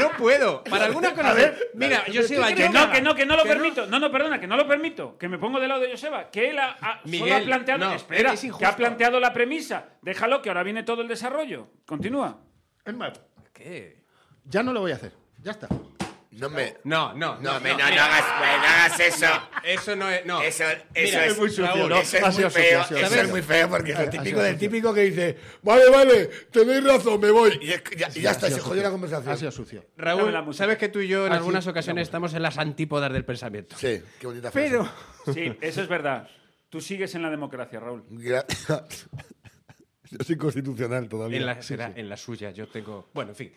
No puedo. Para alguna cosa... mira, yo sí Que no, que no, que no lo permito. No, no, perdona, que no lo permito. Que me pongo del lado de Joseba. Que él ha, ha- solo Miguel, ha planteado. no, espera, es que ha injusto. planteado la premisa. Déjalo, que ahora viene todo el desarrollo. [LAUGHS] Continúa. Es más, ¿Qué? ya no lo voy a hacer. Ya está. No me. No, no, no. No, me- no, no, mira, hagas, me- no hagas eso. Eso no es... No. Eso, eso Mira, es, es muy sucio, Raúl, ¿no? Eso Ha es sido sucio, muy feo. ha sido eso Eso ¿Sabes? es muy feo porque es lo típico así del es. típico que dice, vale, vale, tenéis razón, me voy. Y, es que ya, y ya Ha está, sido se jodió sucio. la Ha sido conversación. sucio. Dame Raúl, la música. sabes que tú y yo en Ah, sí, algunas la ocasiones estamos en las antípodas del pensamiento. Sí, qué bonita frase. Pero... Sí, eso es verdad. Tú sigues en la democracia, Raúl. Gra- [LAUGHS] Yo soy constitucional todavía. En la, será en la suya, yo tengo. Bueno, en fin.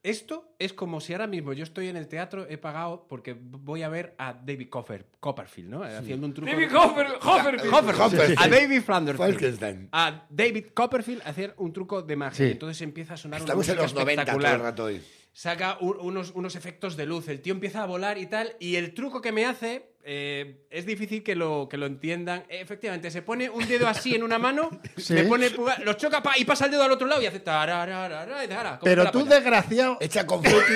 Esto es como si ahora mismo yo estoy en el teatro, he pagado porque voy a ver a David Copper, Copperfield, ¿no? Haciendo un truco. David Hoffer- Hofferfield. Hopper, Hopper. Eh, A David Flanderfield. Frankenstein. A David Copperfield hacer un truco de magia. Sí. Y Entonces empieza a sonar una Estamos en música los 90 todo el espectacular. rato hoy. Saca u- unos, unos efectos de luz. El tío empieza a volar y tal. Y el truco que me hace eh, es difícil que lo, que lo entiendan. Eh, Efectivamente, se pone un dedo así en una mano, [LAUGHS] Sí. le pone el pulgar, los choca pa, y pasa el dedo al otro lado y hace. tarararara, y tarara, como Pero la tú, polla. [LAUGHS] desgraciado. Echa confeti.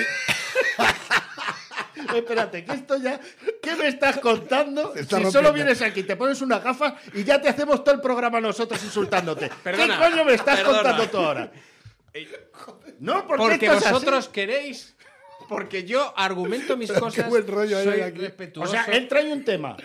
Espérate, que esto ya. ¿Qué me estás contando? está si rompiendo. solo vienes aquí, te pones una gafa y ya te hacemos todo el programa nosotros insultándote. [LAUGHS] Perdona, ¿Qué coño me estás perdona. Eh, contando tú ahora? [LAUGHS] No, porque, Porque esto es así. vosotros queréis. Porque yo argumento [LAUGHS] mis cosas. buen rollo hay soy aquí. O respetuoso. sea, él trae un tema.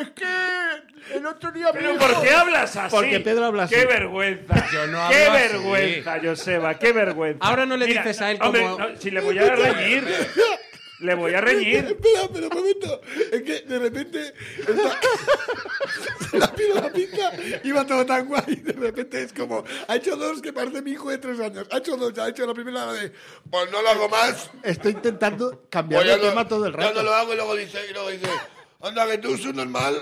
es que el otro día Pero ¿por qué hablas así? Porque Pedro habla así. ¡Qué vergüenza! Yo no ¡Qué hablo así. vergüenza, Joseba! ¡Qué vergüenza! Ahora no le Mira, dices a él hombre, cómo- no, si le voy a reñir. le voy a reñir. [LAUGHS] Espera, pero un momento. Es que de repente. está- [LAUGHS] Se la pido la pinta. Iba todo tan guay. Y de repente es como. Ha hecho dos que parece mi hijo de tres años. Ha hecho dos. Ya ha hecho la primera. la de, pues no lo hago más. Estoy intentando Pues cambiar ya el no- tema todo el Ya no rato. lo hago. Y luego dice. Y luego dice. Anda, que tú soy normal.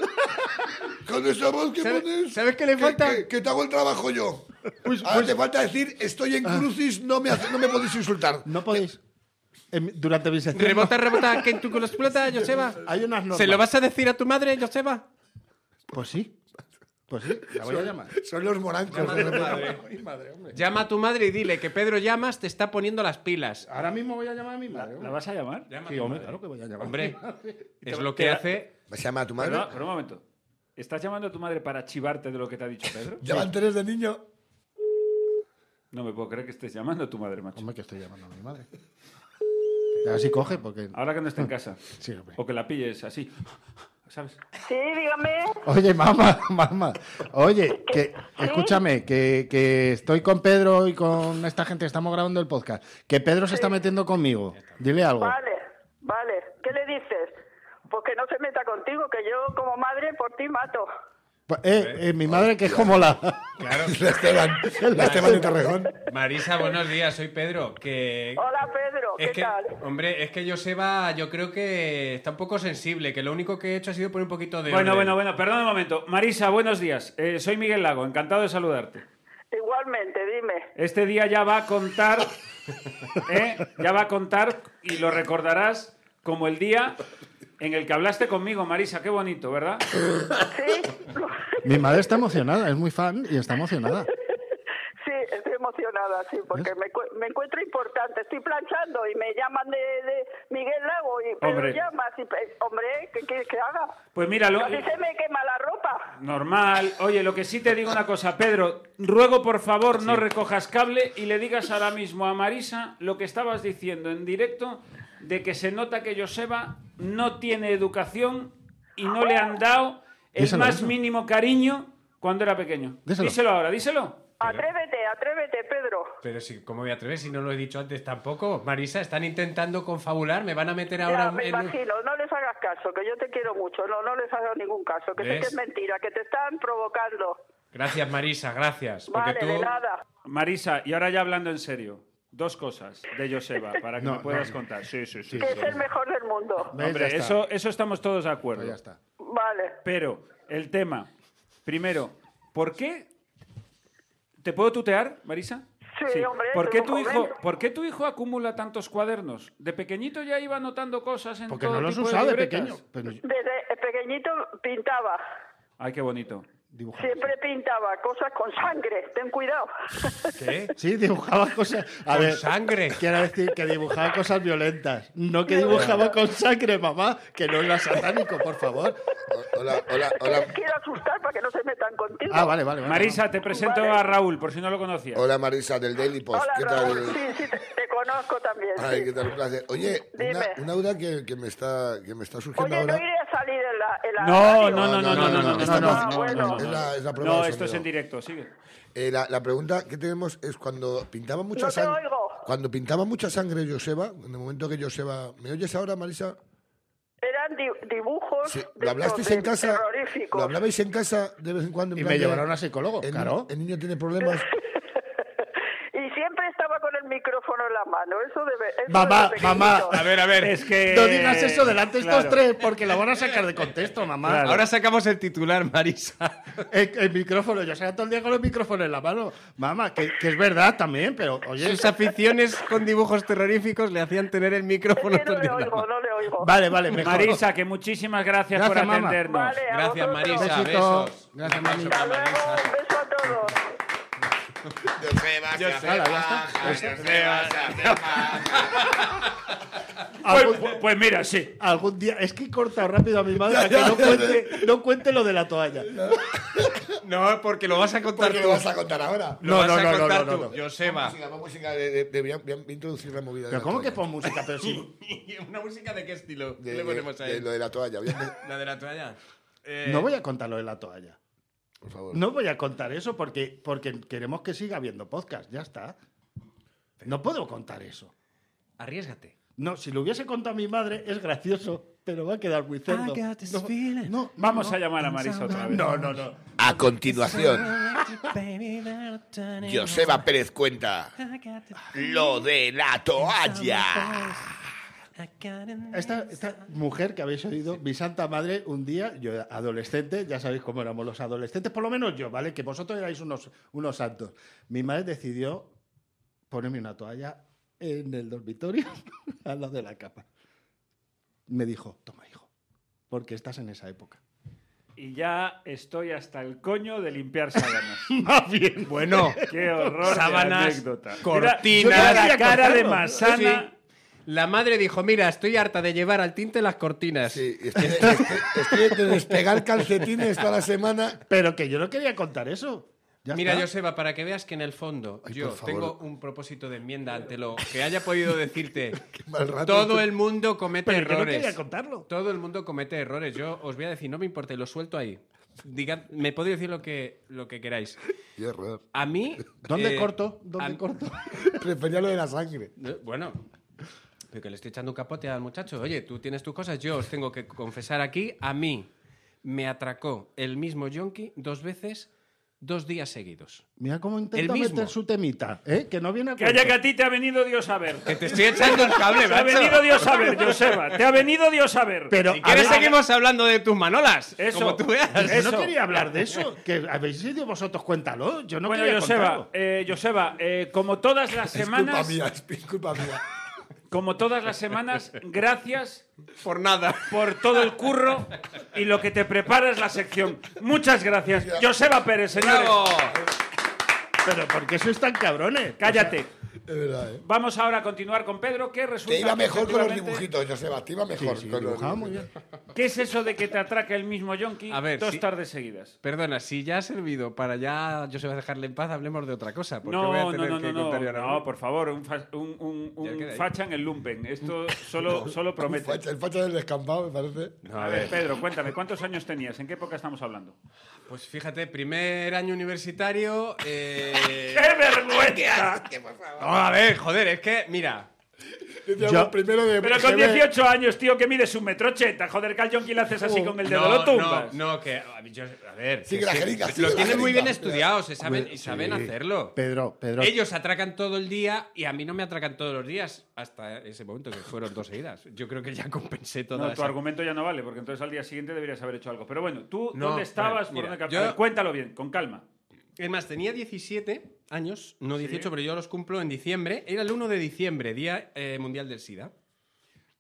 Con esa voz que ¿Sabes- pones. sabes qué le falta? Que, que te hago el trabajo yo. Ahora te falta decir, estoy en crucis, no me, hace- no me podéis insultar. No podéis. En- durante mi sección. Rebota, rebota, que en tu culo explota, Joseba. no. Hay unas normas. ¿Se lo vas a decir a tu madre, Joseba? Pues sí. Pues sí. La voy a llamar. Son los morancos. de repente. Llama a tu madre y dile que Pedro Llamas te está poniendo las pilas. Ahora mismo voy a llamar a mi madre. ¿La vas a llamar? Sí, hombre, claro que voy a llamar. Hombre, a mi madre. es lo que hace. ¿Se llama a tu madre? Pero, pero un momento. ¿Estás llamando a tu madre para chivarte de lo que te ha dicho Pedro? Ya van tres de niño. No me puedo creer que estés llamando a tu madre, macho. Hombre, que estoy llamando a mi madre. A ver si coge, porque. Ahora que no está en casa. Sí, hombre. O que la pilles así. ¿Sabes? Sí, dígame. Oye, mamá, [LAUGHS] mamá. Oye, ¿Eh? que escúchame, que, que estoy con Pedro y con esta gente, estamos grabando el podcast. Que Pedro se está metiendo conmigo. Dile algo. Vale, vale. ¿Qué le dices? Pues que no se meta contigo, que yo como madre por ti mato. Eh, eh, mi madre que es como la. Claro. La Esteban. [LAUGHS] La Esteban de Torrejón. [LAUGHS] Marisa, buenos días, soy Pedro. Que. Hola Pedro, Oh, ¿qué Es que, tal? hombre, es que Joseba, yo creo que está un poco sensible, que lo único que he hecho ha sido poner un poquito de. Bueno, orden. bueno, bueno. Perdón un momento. Marisa, buenos días. Eh, soy Miguel Lago. Encantado de saludarte. Igual Igualmente, dime. Este día ya va a contar, ¿eh? ya va a contar y lo recordarás como el día en el que hablaste conmigo, Marisa. Qué bonito, ¿verdad? Sí, [LAUGHS] Mi madre está emocionada, es muy fan y está emocionada. sí, estoy emocionada, sí, porque me, cu- me encuentro importante. Estoy planchando y me llaman de, de Miguel Lago y pero Hombre. llamas y pe- hombre, ¿qué quieres que haga? Pues mira, lo- Así se me quema la ropa. normal. Oye, lo que sí te digo una cosa, Pedro. Ruego por favor no recojas cable y le digas ahora mismo a Marisa lo que estabas diciendo en directo de que se nota que Joseba no tiene educación y no le han dado el Díselo, más díselo. mínimo cariño cuando era pequeño. Díselo. díselo ahora, díselo. Atrévete, atrévete, Pedro. Pero si, ¿cómo voy a atrever si no lo he dicho antes tampoco? Marisa, están intentando confabular, me van a meter ahora ya, me en un- imagino, no les hagas caso, que yo te quiero mucho, no, no les hagas ningún caso, que sé que ¿Ves? es mentira, que te están provocando. Gracias, Marisa, gracias. Porque Vale, tú... de nada. Marisa, y ahora ya hablando en serio, dos cosas de Joseba para que No, me puedas no, no. contar. Sí, sí, sí. Que es el mejor del mundo. ¿Ves? Hombre, Ya está. eso, eso estamos todos de acuerdo. Pues ya está. Vale. Pero el tema, primero, ¿por qué? ¿Te puedo tutear, Marisa? Sí, hombre, ¿Por es qué, un tu hijo, momento. ¿Por qué tu hijo acumula tantos cuadernos? De pequeñito ya iba anotando cosas en Porque todo no los tipo de usaba de libretas. pequeño. Pero Desde pequeñito pintaba, Ay, qué bonito. dibujaba. siempre pintaba cosas con sangre, ten cuidado. Ah, [LAUGHS] ¿Qué? Sí, dibujaba cosas. A Con ver, sangre. Quiero decir que dibujaba cosas violentas. No que dibujaba con sangre, mamá. Que no era satánico, por favor. O- Hola, hola, Les hola, quiero asustar para que no se metan contigo. Ah, vale, vale. vale. Marisa, te presento Vale. a Raúl, por si no lo conocías. hola Marisa del Daily Post. Hola, pues, ¿Qué Raúl, tal? sí, sí, te, te conozco también. Ay, sí. qué tal, un placer. Oye, una, Dime. una duda que, que me está, que me está surgiendo Oye, no ahora. iré a salir en la... en la No, radio. no, no, no, no, no, no, no, no, Esta no, no, es no, no, la- es la no. prueba No, de esto es sonido. en directo, sigue. Eh, la, la pregunta que tenemos es cuando pintaba mucha No te sangre. oigo. Cuando pintaba mucha sangre Joseba, en el momento que Joseba. ¿Me oyes ahora, Marisa? Eran di- dibujos Sí, de ¿Lo hablasteis estos en de- casa? terroríficos. ¿Lo hablabais en casa de vez en cuando? en Y plan me de, llevaron a psicólogo, el, claro. El niño tiene [LAUGHS] problemas. Y siempre estaba con el micrófono en la mano. Eso debe. eso Mamá, desde mamá, pequeñito. A ver, a ver. Es que... No digas eso delante de estos Claro. tres, porque la van a sacar de contexto, mamá. Claro. Ahora sacamos el titular, Marisa. El, el micrófono, yo salía todo el día con el micrófono en la mano. Mamá, que, que es verdad también, pero oye. Sus aficiones con dibujos terroríficos le hacían tener el micrófono Es que no todo el le día en la oigo, mano. no le oigo. Vale, vale, mejor. Marisa, que muchísimas gracias, Gracias, por mamá. atendernos. Vale, a Gracias, vosotros. Marisa. Besito. Besos. Gracias, Marisa. Hasta luego, un beso a todos. Hala, ya está. Pues, Algún, pues- pues mira, sí. algún día. Es que he cortado rápido a mi madre para que no cuente, no cuente lo de la toalla. No, porque lo vas a contar ¿Por qué tú. lo vas a contar ahora? Lo vas No, a no, no, contar no, no, tú, no. [LAUGHS] Joseba. Música, más música de, de, de- voy a- voy a introducir la movida. de Ah. Pero la ¿cómo que toalla. pon música? Pero sí. ¿Una música de qué estilo de, le ponemos de- a de él? lo de la toalla. voy a hacer- ¿La de la toalla? Eh, No voy a contar lo de la toalla. Por favor. No voy a contar eso porque, porque queremos que siga habiendo podcast. Ya está. No puedo contar eso. Arriesgate. No, si lo hubiese contado mi madre, es gracioso, pero va a quedar muy cerdo. I got this No, feeling. no, Vamos a llamar a Marisa otra vez. No, no, no. A [LAUGHS] continuación, Joseba Pérez cuenta lo de la toalla. Esta, esta mujer que habéis oído, mi santa madre, un día, yo era adolescente, ya sabéis cómo éramos los adolescentes, por lo menos yo, ¿vale? Que vosotros erais unos, unos santos. Mi madre decidió ponerme una toalla en el dormitorio, [LAUGHS] al lado de la capa. Me dijo, toma, hijo, porque estás en esa época. Y ya estoy hasta el coño de limpiar sábanas. [LAUGHS] Más bien. [LAUGHS] Bueno, Qué horror de Sábanas, anécdota. cortinas. Mira, mira la Yo quería cara de contarlo. Masana. La madre dijo, mira, estoy harta de llevar al tinte las cortinas. Sí, estoy, estoy- estoy de despegar calcetines toda la semana. Pero que yo no quería contar eso. Ya Mira, está. Joseba, para que veas que en el fondo Ay, yo por favor. tengo un propósito de enmienda ante lo que haya podido decirte. mal rato. Todo el mundo comete Pero que no errores. quería contarlo. Todo el mundo comete errores. Yo os voy a decir, no me importa, y lo suelto ahí. Digad, me podéis decir lo que, lo que queráis. Qué horror. A mí... ¿Dónde eh, corto? ¿Dónde a- [LAUGHS] corto? Prefería lo de la sangre. [LAUGHS] No, Bueno, pero que le estoy echando un capote al muchacho. Oye, tú tienes tus cosas, yo os tengo que confesar aquí, a mí me atracó el mismo yonki dos veces dos días seguidos. Mira cómo intenta El mismo. meter su temita, ¿eh? Que no viene a Que haya que cuento. a ti te ha venido Dios a ver. [LAUGHS] Que te estoy echando el cable, Te ha macho. venido Dios a ver, Joseba. Te ha venido Dios a ver. Pero, Si a quieres ver, seguimos hablando de tus manolas, Eso. como tú veas. yo Eso. no quería hablar de eso. Que habéis sido vosotros, cuéntalo. Yo no bueno, quería Joseba, contarlo. eh, Joseba eh, como todas las Culpa semanas, mía, es culpa mía. como todas las semanas, gracias Por nada. por todo el curro y lo que te preparas la sección. Muchas gracias, Joseba Pérez, señores. ¡Bravo! Pero ¿por qué sois tan cabrones? Cállate. Es verdad, ¿eh? Vamos ahora a continuar con Pedro, que resulta Te iba que mejor con los efectivamente- dibujitos, Joseba. Te iba mejor Sí, sí, con los dibujaba ah, muy dibujitos. ¿Qué es eso de que te atraca el mismo yonki A ver, dos sí. tardes seguidas? Perdona, si ya ha servido para ya yo se va a dejarle en paz, hablemos de otra cosa. Porque voy a No, no, tener no, que no, no, contar yo ahora mismo. no, por favor, un, fa- un- un- Ya un queda ahí. facha en el lumpen. Esto solo, solo El promete. facha, el facha del descampado, me parece. A ver, Pedro, cuéntame, ¿cuántos años tenías? ¿En qué época estamos hablando? Pues fíjate, primer año universitario. eh, [LAUGHS] ¡Qué vergüenza! No, a ver, joder, es que, mira, Decíamos, Yo- primero de Pero con GB. 18 años, tío, que mides un metro ochenta. Joder, que al yonki le haces así con el dedo, lo tumbas. Uh, No, no, que. A ver, yo- a ver, Sigue que la sí, jeringa, sigue lo la tienen muy jeringa. bien estudiado, se saben, Hombre, y saben sí. hacerlo. Pedro, Pedro. Ellos atracan todo el día y a mí no me atracan todos los días hasta ese momento, que fueron dos seguidas. Yo creo que ya compensé toda No, esa- tu argumento ya no vale, porque entonces al día siguiente deberías haber hecho algo. Pero bueno, ¿tú No, dónde estabas? vale, mira, por dónde ca- yo- A [LAUGHS] ver, cuéntalo bien, con calma. Es más, tenía 17 años, no 18, pero yo los cumplo en diciembre. Era el 1 de diciembre, Día eh, Mundial del SIDA.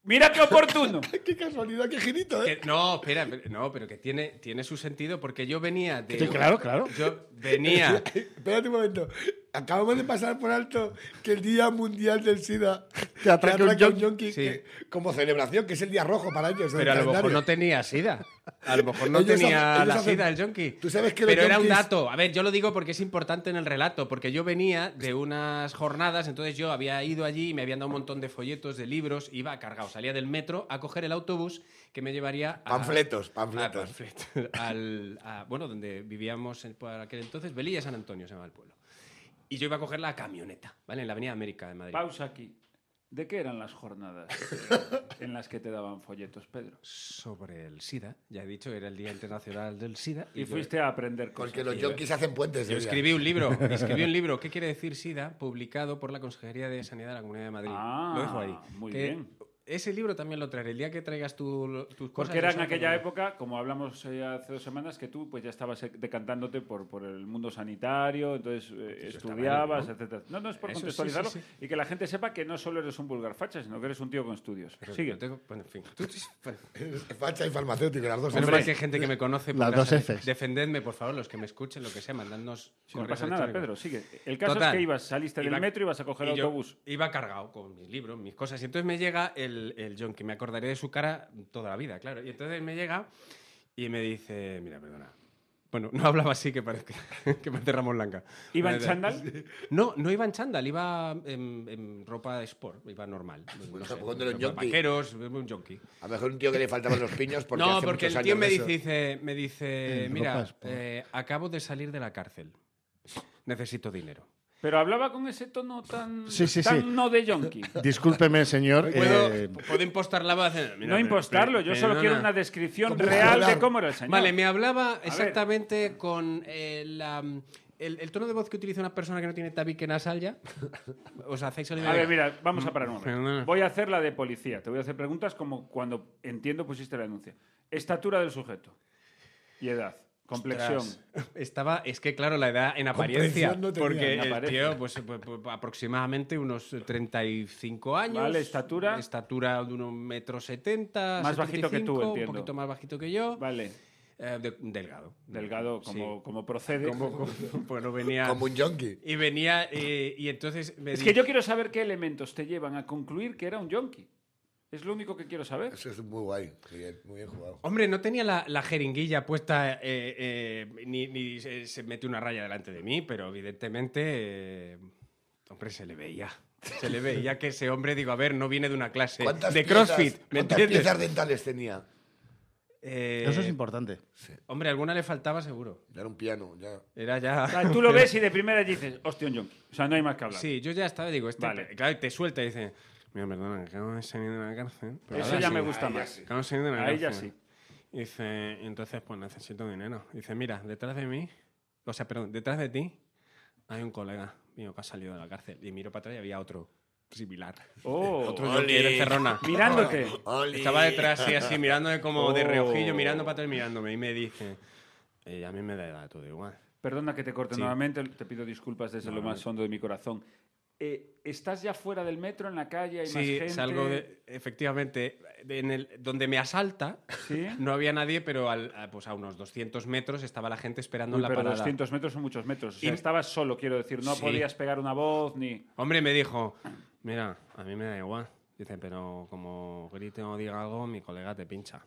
¡Mira qué [LAUGHS] oportuno! Qué casualidad, qué girito, ¿eh? Que- no, espera, pero- no, pero que tiene, tiene su sentido porque yo venía de. Sí, claro, claro. Yo [LAUGHS] venía. Espérate un momento. Acabamos de pasar por alto que el Día Mundial del SIDA Te atraca un un yonki. yonki Sí. que- como celebración, que es el día rojo para ellos. en el Pero a lo mejor calendario. no tenía sida. A lo mejor no Ellos tenía hacen- ellos la hacen- sida el yonki. Tú sabes que los Pero era un yonkis- dato. A ver, yo lo digo porque es importante en el relato. Porque yo venía de unas jornadas, entonces yo había ido allí y me habían dado un montón de folletos, de libros. Iba cargado, salía del metro a coger el autobús que me llevaría a. Panfletos, a panfletos. panfletos. [LAUGHS] Al, a- bueno, donde vivíamos en- por aquel entonces, Velilla San Antonio se llama el pueblo. Y yo iba a coger la camioneta, ¿vale? En la Avenida América de Madrid. Pausa aquí. ¿De qué eran las [LAUGHS] jornadas en las que te daban folletos, Pedro? Sobre el SIDA, ya he dicho, era el Día Internacional del SIDA. Y yo- fuiste a aprender cosas. Porque los yonkis hacen puentes. ¿eh? Yo ese día. escribí un libro, escribí un libro, ¿qué quiere decir SIDA? Publicado por la Consejería de Sanidad de la Comunidad de Madrid. Ah, lo dejo ahí. muy Que bien. Ese libro también lo traeré el día que traigas tú lo- tus cosas. Porque era yo en solo te aquella lo- época, como hablamos eh, hace dos semanas, que tú pues ya estabas eh, decantándote por, por el mundo sanitario, entonces eh, estudiabas, etcétera. No, no es por Eso sí, contextualizarlo sí, sí. y que la gente sepa que no solo eres un vulgar facha, sino que eres un tío con estudios. Pero Sigue. yo tengo- bueno, en fin. [LAUGHS] Tú- tú- bueno. Facha y farmacéutico, las dos. Pues Menos Hombre, mal que hay gente que me conoce. Las podrá dos saber. Fs. Defendedme, por favor, los que me escuchen, lo que sea, mandadnos. Si no correos pasa nada, Pedro, electrónicos. sigue. El caso es Total. que ibas, saliste del Iba- metro y vas a coger el y yo autobús. Iba cargado con mis libros, mis cosas. Y entonces me llega el, el John, que me acordaré de su cara toda la vida, claro. Y entonces me llega y me dice, mira, perdona. Bueno, no [LAUGHS] hablaba así que parece que parece Ramón Langa. ¿Iba en Vale, chándal? No, no iba en chándal, iba en, en ropa de sport, iba normal. Pues No sé, supongo que era un ropa yonki. de vaqueros, un yonki. A lo mejor un tío que le faltaban los piños porque no, hace porque muchos el tío años me de eso. dice, dice- me dice, En ropa mira, sport. eh, acabo de salir de la cárcel, necesito dinero. Pero hablaba con ese tono tan, Sí, sí, tan sí. no de yonki. Discúlpeme, señor. ¿Puedo, eh, puedo impostar la voz? [LAUGHS] Mira, no pe- impostarlo, pe- yo solo quiero perdona. una descripción ¿Cómo real de hablar? cómo era el señor. Vale, me hablaba exactamente con eh, la- el, el tono de voz que utiliza una persona que no tiene tabique nasal ya. [LAUGHS] Os hacéis el A ver, mira, vamos a parar un Perdona. momento. Voy a hacer la de policía. Te voy a hacer preguntas como cuando entiendo pusiste la denuncia. Estatura del sujeto y edad. Complexión. Estaba, es que claro, la edad en apariencia. Comprensión no tenía, porque en el apariencia. tío, pues, pues, pues, aproximadamente unos 35 años. Vale, estatura. Estatura de unos metros 70. Más bajito que tú, Un entiendo. poquito más bajito que yo. Vale. Eh, de- delgado. Delgado, Sí. como, como procede. [LAUGHS] Como- como- pues no venía. Como un yonki. Y venía, eh, y entonces me Es di- que yo quiero saber qué elementos te llevan a concluir que era un yonki. Es lo único que quiero saber. Eso es muy guay. Muy bien, muy bien jugado. Hombre, no tenía la, la jeringuilla puesta, eh, eh, ni, ni se, se metió una raya delante de mí, pero evidentemente, eh, hombre, se le veía. Se le veía que ese hombre, digo, a ver, no viene de una clase ¿Cuántas de piezas- CrossFit, ¿me ¿Cuántas entiendes? piezas dentales tenía? Eh, eso es importante. Hombre, alguna le faltaba seguro. Ya era un piano, ya. Era O sea, ya... tú lo ves y de primera dices, hostia, un yonki. O sea, no hay más que hablar. Sí, yo ya estaba, digo, este... Vale. pe- Claro, y te suelta y dice, mira, perdona, que acabo de salir de la cárcel. pero Eso ahora ya sí, me gusta más. Acabo de salir de la Ahí ya cárcel". sí. Y dice, entonces, pues necesito dinero. Dice, mira, detrás de mí O sea, perdón, detrás de ti hay un colega mío que ha salido de la cárcel. Y miro para atrás y había otro similar. Oh, Otro yonkis de Cerrona. mirándote. Oli. Estaba detrás y así mirándome como de Oh. reojillo, mirando para atrás, mirándome. Y me dice, "Eh, a mí me da todo igual. Perdona que te corte Sí. nuevamente, te pido disculpas desde lo más hondo de mi corazón. Eh, ¿Estás ya fuera del metro, en la calle? ¿Hay más Sí, gente? salgo de, efectivamente, de- en el, donde me asalta, Sí. [LAUGHS] no había nadie, pero al- a, pues a unos 200 metros estaba la gente esperando Uy, en la pero parada. 200 metros son muchos metros. O sea, Y- estabas solo, quiero decir. No Sí. podías pegar una voz ni... Hombre, me dijo, mira, a mí me da igual. Dice, pero como grite o diga algo, mi colega te pincha.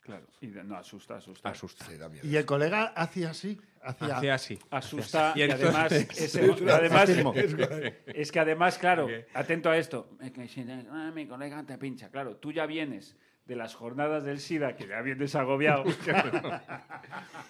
Claro. Y de- no, asusta, asusta. Asusta. Sí, da miedo. Y el colega hacía así. Hacía, Hacía así. Asusta y, [LAUGHS] Y entonces- además, ese- además Fascismo. [LAUGHS] es que además, claro, atento a esto, es que si dices, "Ah, mi colega te pincha, claro, tú ya vienes de las jornadas del SIDA, que ya vienes [LAUGHS] agobiado. [LAUGHS]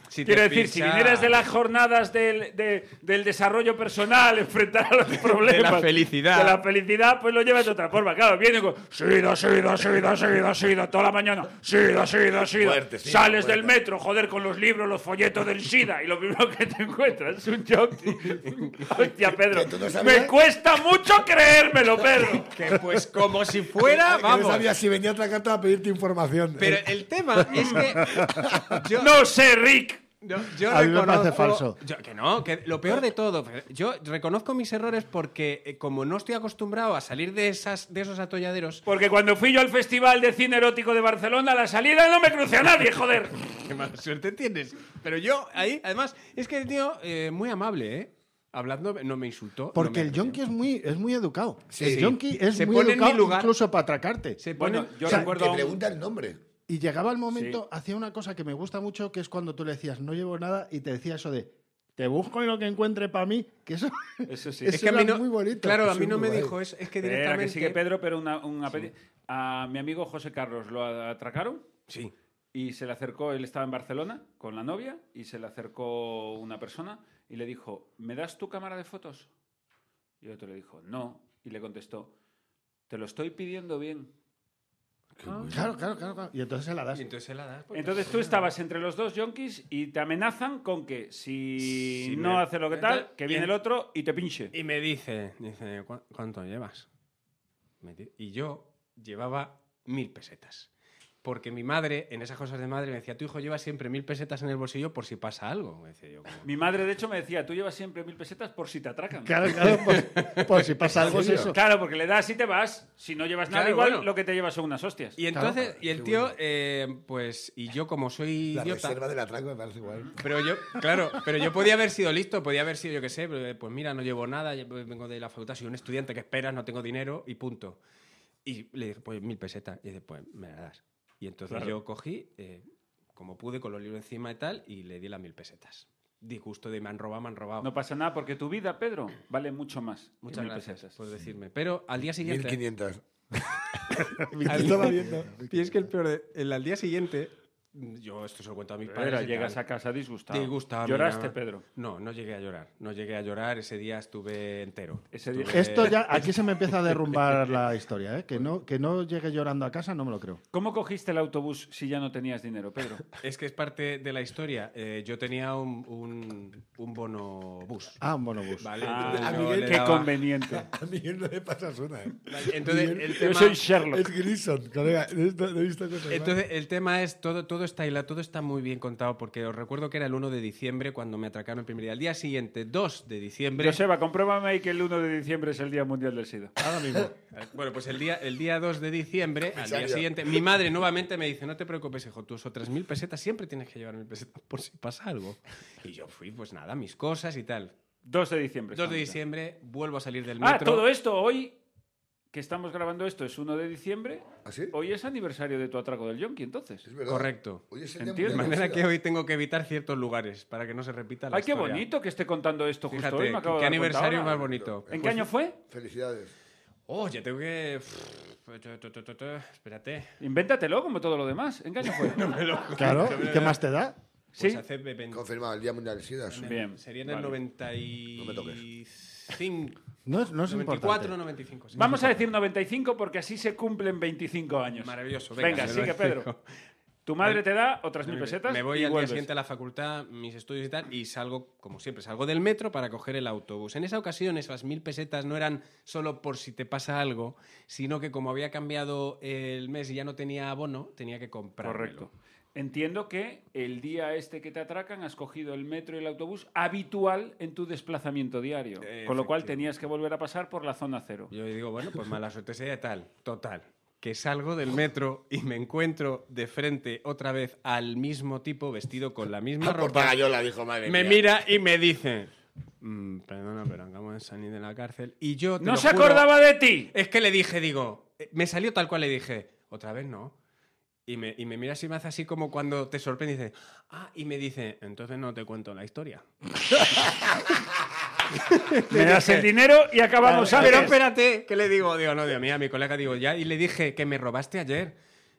Si te Quiero decir, si pincha- vinieras de las jornadas del, de- del desarrollo personal, [LAUGHS] enfrentar a los problemas. felicidad. De la felicidad, pues lo llevas de otra forma. Claro, viene con SIDA, SIDA, SIDA, SIDA, SIDA, toda la mañana. SIDA, SIDA, SIDA. Fuerte, sí, Sales fuerte. del metro, joder, con los libros, los folletos del SIDA. Y lo primero que te encuentras es un jockey. [LAUGHS] Hostia, Pedro. Que tú no sabías. Me cuesta mucho creérmelo, [LAUGHS] Pedro. Que pues como si [LAUGHS] fuera, Que No vamos. sabía si venía otra carta a pedirte información. Pero el tema es [LAUGHS] que yo, No sé, Rick. yo, yo A mí me reconozco- parece falso. yo- que no, que lo peor de todo, yo reconozco mis errores porque eh, como no estoy acostumbrado a salir de esas de esos atolladeros, [LAUGHS] Porque cuando fui yo al Festival de Cine Erótico de Barcelona, a la salida no me crucé a nadie, joder. Qué mala suerte tienes. Pero yo ahí, además, es que el tío, eh, muy amable, ¿eh? Hablando, no me insultó. Porque no me el yonki es muy, es muy educado. el sí. yonki es Se muy pone en educado mi lugar. incluso para atracarte. Se pone- Bueno, yo O sea, recuerdo. a Te un- pregunta el nombre. Y llegaba el momento, hacía una cosa que me gusta mucho, que es cuando tú le decías, no llevo nada, y te decía eso de, te busco en lo que encuentre para mí, que eso, Pues Eso sí. eso es que a mí era no, muy bonito. claro, a Eso mí es no me muy guay. dijo eso. Es que Era directamente. que sigue Pedro, pero una, un apeti- A mi amigo José Carlos lo a- atracaron Sí. y se le acercó, él estaba en Barcelona con la novia y se le acercó una persona y le dijo, ¿me das tu cámara de fotos? Y el otro le dijo, no. Y le contestó, te lo estoy pidiendo bien. [LAUGHS] Claro, claro, claro, claro. Y entonces se la das. Y entonces se la das, pues, Entonces tú estabas entre los dos yonkis y te amenazan con que si Si no me- hace lo que tal, Entonces- que viene el otro y te pinche. Y me dice, dice, "¿Cu- ¿cuánto llevas? Me di- Y yo llevaba mil pesetas. Porque mi madre, en esas cosas de madre, me decía, tu hijo lleva siempre mil pesetas en el bolsillo por si pasa algo. Me decía yo, como, Mi madre, de hecho, me decía, tú llevas siempre mil pesetas por si te [LAUGHS] atracan. Claro, claro, por, por si pasa algo es eso. Claro, porque le das y te vas. Si no llevas nada, Claro, igual bueno. lo que te llevas son unas hostias. Y entonces, y el tío, eh, pues, y yo como soy La idiota, reserva del atraco me parece igual. pero yo, claro, pero yo podía haber sido listo, podía haber sido, yo qué sé, pero, eh, pues mira, no llevo nada, yo vengo de la facultad, soy un estudiante que esperas, no tengo dinero y punto. Y le dije, pues mil pesetas, y dice, pues me las das. Y entonces yo cogí, eh, como pude, con los libros encima y tal, y le di las mil pesetas. Disgusto de me han robado, me han robado. No pasa nada porque tu vida, Pedro, vale mucho más. que Muchas mil gracias Pues, pesetas. por decirme. Pero al día siguiente... [LAUGHS] 1500. Al- Estaba viendo. Y es que el peor, de- el- al día siguiente, yo esto se lo cuento a mi Pedro, padre. llegas a casa disgustado. Disgustado, Lloraste, mira. Pedro. No, no llegué a llorar. No llegué a llorar. Ese día estuve entero. Ese día- Estuve- Esto ya, aquí se me empieza a derrumbar la historia, ¿eh? Que no, que no llegue llorando a casa, no me lo creo. ¿Cómo cogiste el autobús si ya no tenías dinero, [LAUGHS] Pedro? Es que es parte de la historia. Eh, yo tenía un, un, un bono bus. Ah, un bonobús. ¿Vale? Ah, Entonces yo le qué daba- conveniente. A Miguel no le pasa una. ¿eh? Vale, Entonces, el Yo tema... soy Sherlock. Es Grison, colega. No no he visto cosas más. Entonces, el tema es, todo, todo está hilado, todo está muy bien contado, porque os recuerdo que era el 1 de diciembre cuando me atracaron el primer día. Al día siguiente, 2 de diciembre, Joseba, compruébame ahí que el 1 de diciembre es el Día Mundial del SIDA. Ahora mismo. Bueno, pues el día, el día 2 de diciembre, al día siguiente, mi madre nuevamente me dice, no te preocupes, hijo, tus otras mil pesetas siempre tienes que llevar mil pesetas por si pasa algo. Y yo fui, pues nada, mis cosas y tal. 2 de diciembre. 2 de estamos ya. diciembre, vuelvo a salir del metro. Ah, todo esto hoy que estamos grabando esto es 1 de diciembre. ¿Ah, sí? Hoy es aniversario de tu atraco del Yonki, entonces. Es verdad. Correcto. Hoy es el día Entiendo. mundial del De manera que SIDA. hoy tengo que evitar ciertos lugares para que no se repita la Ay, qué historia. bonito que esté contando esto justo Fíjate, hoy. Me acabo de qué dar cuenta aniversario ahora. más bonito. ¿En qué año fue? Felicidades. Oh, ya tengo que... Espérate. Invéntatelo como todo lo demás. ¿En qué año [LAUGHS] fue? Claro, ¿y qué más te da? Pues Sí. hace 20 Confirmado, el Día Mundial del SIDA. En el- Bien, Sería en el vale. 95. No es- no es 94, importante. 95. sí. Vamos a decir 95 porque así se cumplen 25 años. Maravilloso. Venga, se lo sigue, [LAUGHS] digo. Pedro. Tu madre te da otras mil pesetas. Me y voy al día vuelves. siguiente a la facultad, mis estudios y tal, y salgo, como siempre, salgo del metro para coger el autobús. En esa ocasión, esas mil pesetas no eran solo por si te pasa algo, sino que como había cambiado el mes y ya no tenía abono, tenía que comprarlo. Correcto. Entiendo que el día este que te atracan has cogido el metro y el autobús habitual en tu desplazamiento diario, Eh, con lo cual efectivamente. tenías que volver a pasar por la zona cero. Yo digo, bueno, pues mala suerte sea tal, total. Que salgo del metro y me encuentro de frente otra vez al mismo tipo vestido con la Ah, misma Por ropa. Pagayola, dijo madre Me mía. mira y me dice, "Mm, perdona, pero acabamos de salir de la cárcel. Y yo... te No lo se juro, acordaba de ti. Es que le dije, digo, eh, me salió tal cual, le dije, otra vez no. Y me, y me mira así, me hace así como cuando te sorprende y dice, ah, y me dice, entonces no te cuento la historia. Me das el dinero y acabamos Pero antes. espérate, ¿qué le digo? Digo, no, Dios mío, a mi colega digo, ya, y le dije que me robaste ayer.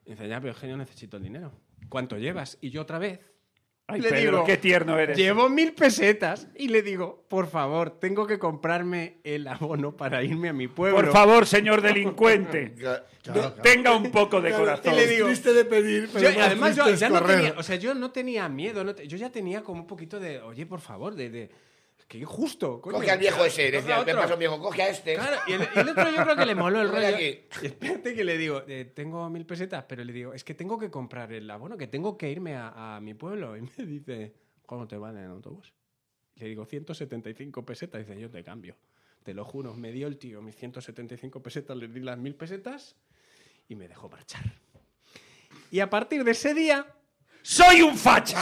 Y dice, ya, pero es que yo necesito el dinero. ¿Cuánto llevas? Y yo otra vez. Ay, le Pedro, digo, qué tierno eres. Llevo mil pesetas y le digo, por favor, tengo que comprarme el abono para irme a mi pueblo. Por favor, señor delincuente, Claro, tenga un poco de corazón. Y le digo- Triste de pedir, pero Yo, más además, yo triste es ya no correr. tenía, o sea, yo no tenía miedo, no te- yo ya tenía como un poquito de, oye, por favor, de, de qué injusto. coño". Coge al viejo ese, Coge a decía, ¿qué otro. pasó, viejo? Coge a este. Claro, y el, y el otro yo creo que le moló el Ven rollo. aquí. Y espérate que le digo, eh, tengo mil pesetas, pero le digo, es que tengo que comprar el abono, que tengo que irme a, a mi pueblo. Y me dice, ¿cómo te van en el autobús? Le digo, 175 pesetas. Dice, yo te cambio. Te lo juro, me dio el tío mis 175 pesetas, le di las mil pesetas y me dejó marchar. Y a partir de ese día, ¡Soy un facha!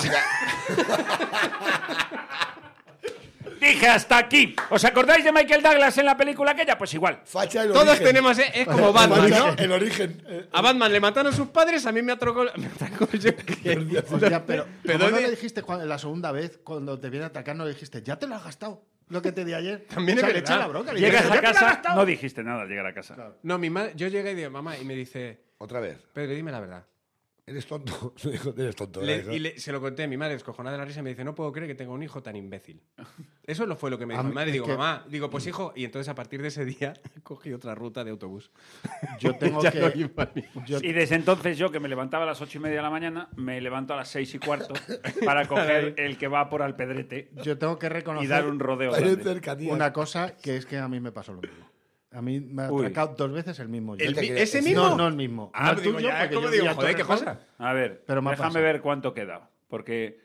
[LAUGHS] Dije hasta aquí. ¿Os acordáis de Michael Douglas en la película aquella? Pues igual. Facha el todos origen. tenemos, eh, es como Batman, Facha, ¿no? El origen. Eh, A Batman le mataron sus padres, a mí me atracó, me atracó [LAUGHS] yo. [LAUGHS] Hostia, Pues pero, Pero ¿cómo no de- le dijiste cuando- la segunda vez cuando te viene a atacar, no le dijiste, ya te lo has gastado, lo que te di ayer. También O sea, es le verdad. echa la bronca. le Llegas dices, a "Ya te lo has casa, gastado". no dijiste nada al llegar a casa. No, mi madre, yo llegué y digo, mamá, y me dice, Otra vez. Pedro, dime la verdad. Eres tonto. [LAUGHS] Eres tonto. Le- ¿verdad? y le- se lo conté a mi madre, descojonada de la risa, y me dice, no puedo creer que tenga un hijo tan imbécil. Eso lo fue lo que me A dijo mi mí- madre. es Digo, que- mamá, digo, pues hijo. Y entonces a partir de ese día [LAUGHS] cogí otra ruta de autobús. Yo tengo Ya que. no iba al mismo. yo- Y desde entonces yo, que me levantaba a las ocho y media de la mañana, me levanto a las seis y cuarto para coger el que va por Alpedrete yo tengo que reconocer. y dar un rodeo. Parece grande. cercanía. Una cosa que es que a mí me pasó lo mismo. A mí me ha Uy. atracado dos veces el mismo. Yo El te- mi- quiero ¿Ese decir- mismo? No, no el mismo. Ah, No el digo, tuyo, ya, porque ¿cómo yo digo, vi a joder, qué Torrejón. cosa? A ver, Pero me ha déjame pasado. ver cuánto queda. Porque,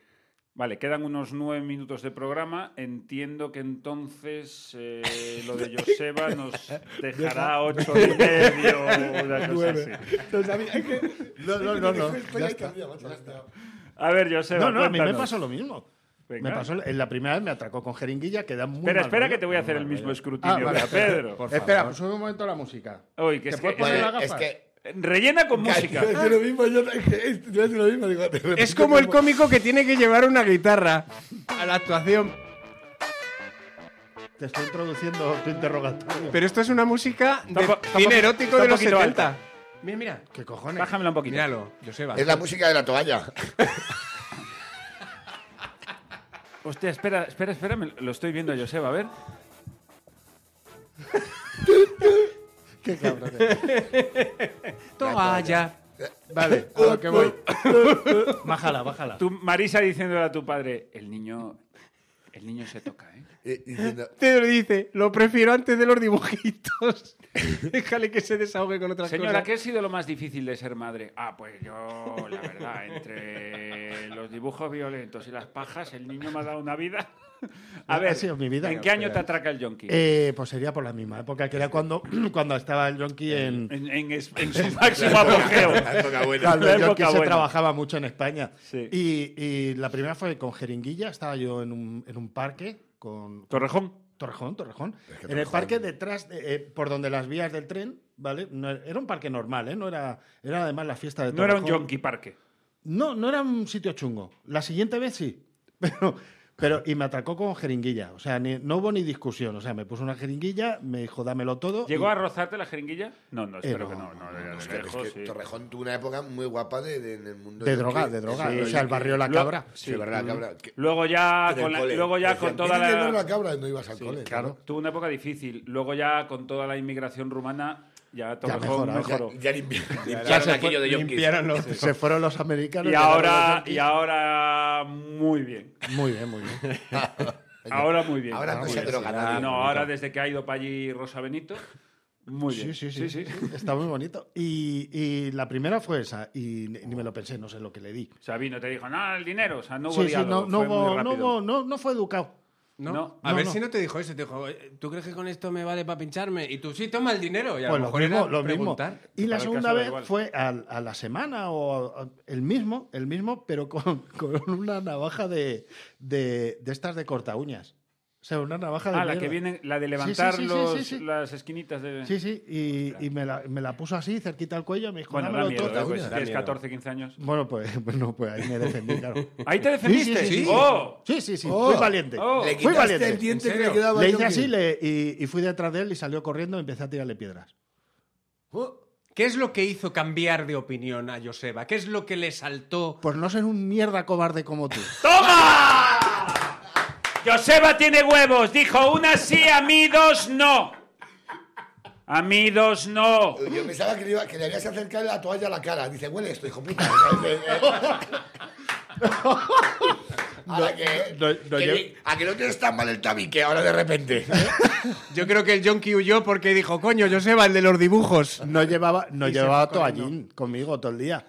vale, quedan unos nueve minutos de programa. Entiendo que entonces eh, lo [LAUGHS] de Joseba nos dejará ocho y medio. Una cosa así. No sabía, es que- No, no, no, no, Estoy [LAUGHS] ya ahí está. cambiado, macho, ya está. A ver, Joseba. No, no, a mí me cuéntanos. pasó lo mismo. Venga. Me pasó, en la primera vez me atracó con jeringuilla, que da muy Espera, mal espera, rollo, que te voy a da hacer mal el mismo rollo. escrutinio Ah, vale, que a espera. [LAUGHS] Pedro. Por Espera, favor. pues sube un momento la música. Uy, que es ¿Te que- puedes poner eh, las Es gafas? que. Rellena con Casi, música. te voy a decir lo mismo, yo- es que- es- te voy a decir lo mismo, digo, de repente Es como el como- cómico que tiene que llevar una guitarra a la actuación. Te estoy introduciendo tu interrogatorio. Pero esto es una música de Tampo- tampoco- cine está erótico de un los poquito 70. alta. Mira, mira. ¿Qué cojones? Bájamela un poquito. Míralo, Joseba. Es la música de la toalla. Hostia, espera, espera, espera. me lo estoy viendo, Joseba. A ver. Qué cabrón eres. Toalla. Vale, a lo que voy. bájala, bájala. Tú, Marisa diciéndole a tu padre, el niño, el niño se toca, ¿eh? Y- y diciendo, Pedro dice, lo prefiero antes de los dibujitos. [LAUGHS] Déjale que se desahogue con otras Señora, cosas. ¿qué ha sido lo más difícil de ser madre? Ah, pues yo, la verdad, entre los dibujos violentos y las pajas, el niño me ha dado una [LAUGHS] vida. A Ha ver, sido mi vida. ¿en qué año te atraca el yonki? Eh, pues sería por la misma época, que era cuando, [CLEARS THROAT] cuando estaba el Yonki en. [LAUGHS] en, en [LAUGHS] es- en su máximo apogeo. La época buena. Claro, La el Yonki época se buena. trabajaba mucho en España. Sí. Y, y la primera fue con jeringuilla, estaba yo en un, en un parque con. Torrejón. Torrejón, Torrejón. que en el Torrejón- parque detrás, de- eh, por donde las vías del tren, ¿vale? No era era un parque normal, ¿eh? No era, era además la fiesta de No era un Torrejón. yonki parque. No, no era un sitio chungo. La siguiente vez sí. [LAUGHS] Pero, pero y me atacó con jeringuilla. O sea, ni- no hubo ni discusión. O sea, me puso una jeringuilla, me dijo, dámelo todo. ¿Llegó y- a rozarte la jeringuilla? No, Eh, no, espero no, que no. no, no, era de Es que- es lejos, que sí. Torrejón tuvo una época muy guapa de, de- en el mundo. De yonqui. droga, de droga. Sí, o sea, el barrio La Lo- Cabra. Sí, de verdad, cabra. que- Luego ya en el Ah, con, la- cole. luego ya Decían, con toda [LAUGHS] "Vienes del barrio la... cabra y no ibas al cole. claro. Tuvo una época difícil. Luego ya con toda la inmigración rumana Ya, Ya Torrejón mejoró, ya- mejoró. Ya limpié. Limpiaron se aquello fue- de [LAUGHS] Yonkis. limpiaron los- Se fueron los americanos. Y llegaron los ahora, Yankees. y ahora muy bien. Muy bien, muy [LAUGHS] bien. Ahora muy bien. Ahora no Muy se bien. droga nadie, No, bonito. ahora desde que ha ido para allí Rosa Benito, muy bien. Sí, sí, sí. [LAUGHS] Está muy bonito. Y, y la primera fue esa. Y ni ni me lo pensé, no sé lo que le di. Sabino te dijo, no, el dinero. O sea, no hubo Sí, sí, diálogo, no, no fue muy hubo- no rápido. hubo- no- no fue educado. ¿No? No. A No, ver no. si no te dijo eso. Te dijo, eh, ¿tú crees que con esto me vale para pincharme? Y tú, sí, toma el dinero. Y a Pues lo lo mejor mismo, era lo mismo. preguntar. Y Para la el segunda caso da vez igual. fue a, a la semana o a- el mismo, el mismo, pero con, [LAUGHS] con una navaja de, de, de estas de corta uñas. O sea, una navaja de Ah, la mierda. que viene, la de levantar Sí, sí, sí, sí, los, sí, sí. las esquinitas de. Sí, sí, y, y me, la, me la puso así, cerquita al cuello, y me dijo, Bueno, da dámelo miedo, todo. ¿eh? pues, uña. si Da tienes miedo. 14, 15 años. Bueno, pues, [LAUGHS] bueno, pues ahí me defendí, claro. Ahí te Sí, sí, defendiste. sí, sí. ¡Oh! Sí, sí, sí, Oh. fui valiente. Oh. Muy Le Fui quitaste el valiente. diente ¿En que le serio? quedaba. Le a hice Yonkis. así le- y, y fui detrás de él y salió corriendo y empecé a tirarle piedras. Oh, ¿Qué es lo que hizo cambiar de opinión a Joseba? ¿Qué es lo que le saltó? Por Pues no ser un mierda cobarde como tú. ¡Toma! Joseba tiene huevos. Dijo una sí, a mí dos no. A mí dos no. Yo pensaba que le, iba- que le habías acercado la toalla a la cara. Dice, huele esto, hijo puta. [LAUGHS] Ahora que, no, no, que yo- di- a que no tienes tan mal el tabique ahora de repente. Yo creo que el Yonki huyó porque dijo, coño, Joseba, el de los dibujos. [LAUGHS] No llevaba, no Y se llevaba fue corriendo. toallín conmigo todo el [LAUGHS] día.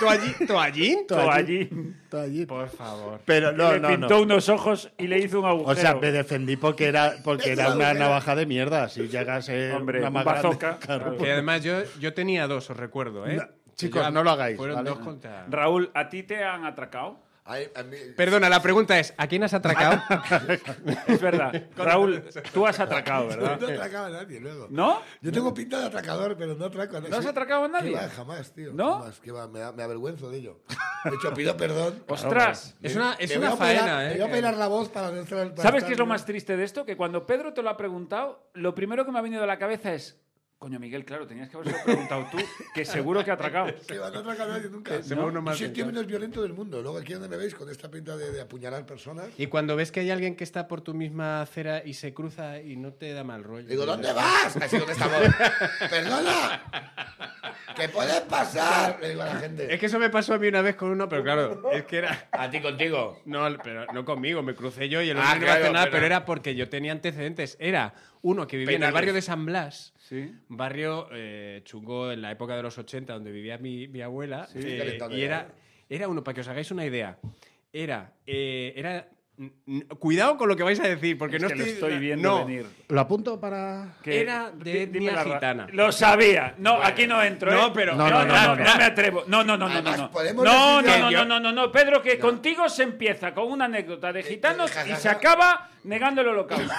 ¿Toallín? ¿Toallín? Toallín. Toallín. Por favor. Pero no, le no, pintó no. unos ojos y le hizo un agujero. O sea, me defendí porque era, porque [LAUGHS] era una navaja de mierda. Si llegase Hombre, una más un grande, bazooka, claro. Que además yo, yo tenía dos, os recuerdo, ¿eh? No, chicos, Yo- no lo hagáis, Fueron ¿vale? dos contra... Raúl, ¿a ti te han atracado? Ay, a mí- Perdona, la pregunta es, ¿a quién has [LAUGHS] atracado? Es verdad. Raúl, tú has atracado, ¿verdad? no atracaba a nadie luego. ¿No? Yo tengo pinta de atracador, pero no atraco a nadie. ¿No has atracado a nadie? Qué va, jamás, tío. ¿No? Jamás, qué va, me, me avergüenzo de ello. De hecho, pido [LAUGHS] perdón. Ostras. es una, es Me una voy a operar- faena, Me voy a ¿eh? pelar la voz para no entrar para ¿Sabes estar- qué es lo más triste de esto? Que cuando Pedro te lo ha preguntado, lo primero que me ha venido a la cabeza es. Coño, Miguel, claro, tenías que haberse preguntado tú, que seguro que ha [LAUGHS] atracado. Que va, no atraca a nadie nunca. Se va uno más Soy el tío dentro. menos violento del mundo. Luego aquí donde me veis con esta pinta de, de apuñalar personas. Y cuando ves que hay alguien que está por tu misma acera y se cruza y no te da mal rollo. Digo, ¿dónde vas? Así con esta voz. ¡Perdona! ¡Que puedes pasar! Le digo a la gente. Es que eso me pasó a mí una vez con uno, [LAUGHS] pero claro, es que era... ¿A ti contigo? No, pero no conmigo, me crucé yo y el Ah, hombre no claro, hace nada, pero- pero... era porque yo tenía antecedentes. Era uno que vivía en Penales. el barrio de San Blas, Sí. barrio eh, chungo en la época de los 80, donde vivía mi, mi abuela, eh, calentando y ya, eh. era, era uno, para que os hagáis una idea, era... eh, era n- n- Cuidado con lo que vais a decir, porque Es no que estoy, lo estoy viendo no, venir. Lo apunto para. Era di- de dime etnia la ra- gitana. Lo sabía. No, aquí no entro. No, ¿eh? pero- No, no, no, no, no me atrevo. No, no, no, no, no. Además, No, podemos no, decir no, que no, yo- no, no, no, no, Pedro, que contigo se empieza con una anécdota de gitanos ja, ja, y ja. se acaba negando el holocausto.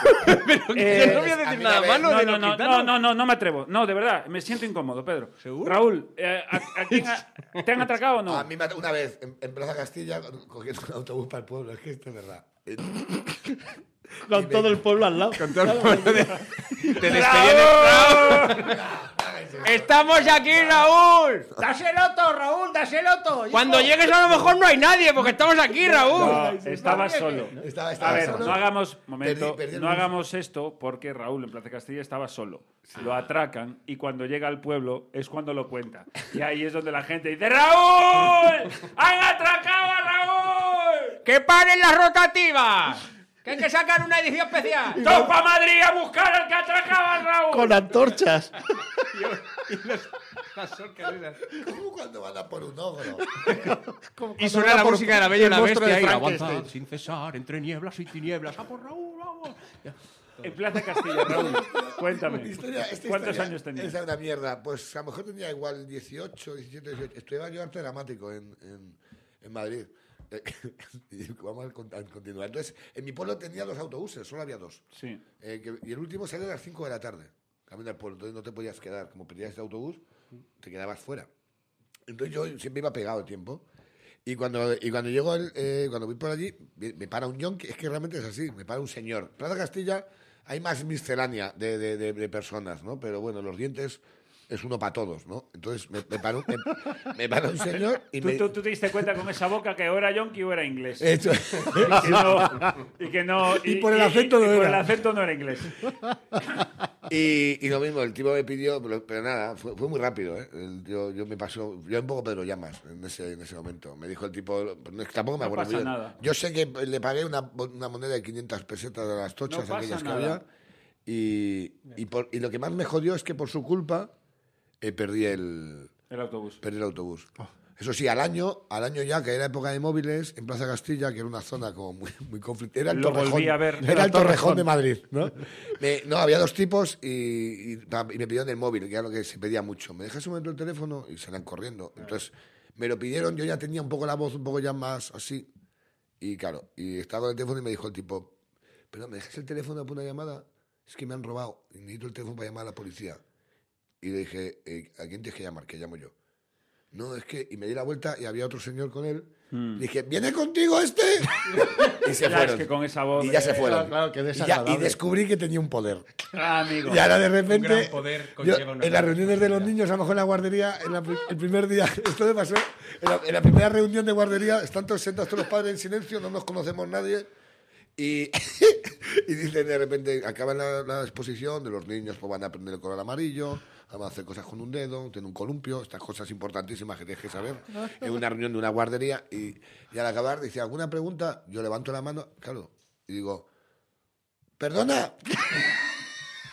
Pero que Eh, yo no voy a a decir mí nada una vez- malo No, de no, los no, no, gitanos. no, no, no me atrevo. No, de verdad, me siento incómodo, Pedro. ¿Seguro? Raúl, eh, ¿a, a quién ha- ¿te han atracado o no? A mí me at- una vez, en, en Plaza Castilla, cogiendo un autobús para el pueblo. Es que esto es verdad. Con todo el pueblo al lado. Te despedían de- ¡Raúl! ¡Estamos aquí, Raúl! Cuando llegues a lo mejor no hay nadie, porque estamos aquí, ¡Oh! Raúl. No, estaba solo. Estaba- a estaba ver, solo. no hagamos, momento, Perdí- perdí el no bus. hagamos esto porque Raúl en Plaza Castilla estaba solo. Lo atracan y cuando llega al pueblo es cuando lo cuenta. Y ahí es donde la gente dice, ¡Raúl! ¡Han atracado a Raúl! ¡Que paren las rotativas! ¡Que hay que sacar una edición especial! ¡Topa para Madrid a buscar al que atracaba a Raúl! [LAUGHS] Con antorchas. ¿Cómo cuando van a por un ogro? Y suena la música de Ah, la bella y la El monstruo bestia de y Frankenstein. avanza sin cesar, entre nieblas y tinieblas. ¡A por Raúl, vamos! En Plaza Castilla, Raúl, cuéntame. Mi historia- [LAUGHS] esta ¿Cuántos historia años tenías? Es una mierda. Pues a lo mejor tenía igual 18, 17, 18. Estudiaba yo arte dramático en, en, en Madrid. [LAUGHS] Eh, y Vamos a con- a continuar. Entonces, en mi pueblo tenía dos autobuses, solo había dos. Sí. Eh, que- y el último salía a las 5 de la tarde, camino al pueblo. Entonces no te podías quedar. Como perdías el autobús, te quedabas fuera. Entonces yo siempre iba pegado el tiempo. Y cuando, y cuando llego, al- eh, cuando voy por allí, me, me para un yonki. Es que realmente es así, me para un señor. Plaza Castilla hay más miscelánea de, de- de- de personas, ¿no? Pero bueno, los dientes es uno para todos, ¿no? Entonces me, me para, un, me, me para un señor y Tú, me... tú- tú te diste cuenta con esa boca que o era yonki o era [LAUGHS] inglés. Eso- Y que no- y que no- Y por el acento no y por era. el acento no era inglés. Y, y lo mismo, el tipo me pidió, pero, pero nada, fue, fue muy rápido. ¿eh? El tío- yo me pasó, yo un poco Pedro Llamas en ese, en ese momento. Me dijo el tipo, no, es que tampoco me No acuerdo pasa muy bien. nada. Yo sé que le pagué una, una moneda de 500 pesetas de las tochas, pasa aquellas que nada. había. Y, y, por- y lo que más me jodió es que por su culpa eh, perdí el, El autobús. perdí el autobús. Eso sí, al año, al año ya, que era época de móviles, en Plaza Castilla, que era una zona como muy, muy conflictiva. Era el Lo Torrejón, volví a ver. Era [LAUGHS] el Torrejón de Madrid, [LAUGHS] ¿no? Me- no, había dos tipos y, y pa- y me pidieron el móvil, que era lo que se pedía mucho. ¿Me dejas un momento el teléfono? Y salían corriendo. Entonces, me lo pidieron, yo ya tenía un poco la voz, un poco ya más así. Y claro, y estaba con el teléfono y me dijo el tipo, pero ¿me dejas el teléfono para una llamada? Es que me han robado y necesito el teléfono para llamar a la policía. Y le dije, eh, ¿a quién tienes que llamar? Que llamo yo. No, es que... Y me di la vuelta y había otro señor con él. Mm. Le dije, ¿viene contigo este? y se Ya, fueron. es que con esa voz. Y ya se Claro, fueron. claro, qué Y ya- y, desagradable. descubrí que tenía un poder. Ah, amigo. Y ahora de repente... gran poder conlleva una en gran las reuniones de los niños, a lo mejor en la guardería, en la pri- el primer día, [LAUGHS] esto me pasó, en la, en la primera reunión de guardería, están todos sentados todos los padres en silencio, no nos conocemos nadie. Y, [LAUGHS] y dicen de repente, acaban la, la exposición de los niños, pues van a aprender el color amarillo, van a hacer cosas con un dedo, tienen un columpio, estas cosas importantísimas que tienes que saber en una reunión de una guardería. Y, y al acabar dice, ¿alguna pregunta? Yo levanto la mano, claro, y digo, ¿perdona? [LAUGHS]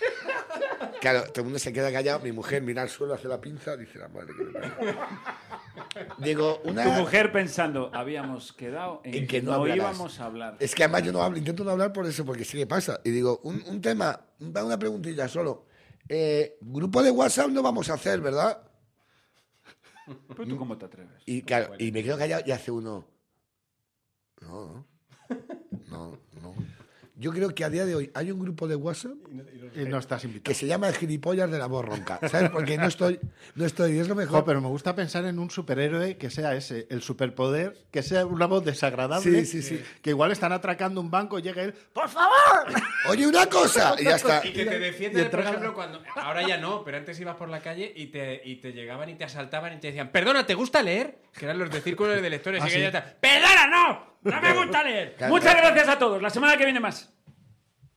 Claro, todo el mundo se queda callado, mi mujer mira al suelo, hace la pinza, dice la madre que me parió". Digo, una... Tu mujer pensando, habíamos quedado en, En que, que no no hablarás. íbamos a hablar. Es que además yo no hablo, intento no hablar por eso, porque sí que pasa. Y digo, un, un tema, un- una preguntilla solo. Eh, grupo de WhatsApp no vamos a hacer, ¿verdad? Pero tú cómo te atreves. Y claro, y me quedo callado y hace uno. No, no, no. Yo creo que a día de hoy hay un grupo de WhatsApp Y no estás invitado. que se llama el gilipollas de la voz ronca, ¿sabes? Porque no estoy, no estoy, es lo mejor. Jo, pero me gusta pensar en un superhéroe que sea ese, el superpoder, que sea una voz Sí, desagradable. sí, sí. Que igual están atracando un banco, llega él, ¡por favor! Oye, una cosa, y ya está. Y que te y defiendan, por entra- ejemplo, cuando. Ahora ya no, pero antes ibas por la calle y te, y te llegaban y te asaltaban y te decían, perdona, ¿te gusta leer? Que eran los de Ah, círculos de lectores. y que ya está, ¡Perdona, no! ¡No me gusta leer! Claro. Muchas gracias a todos. La semana que viene más.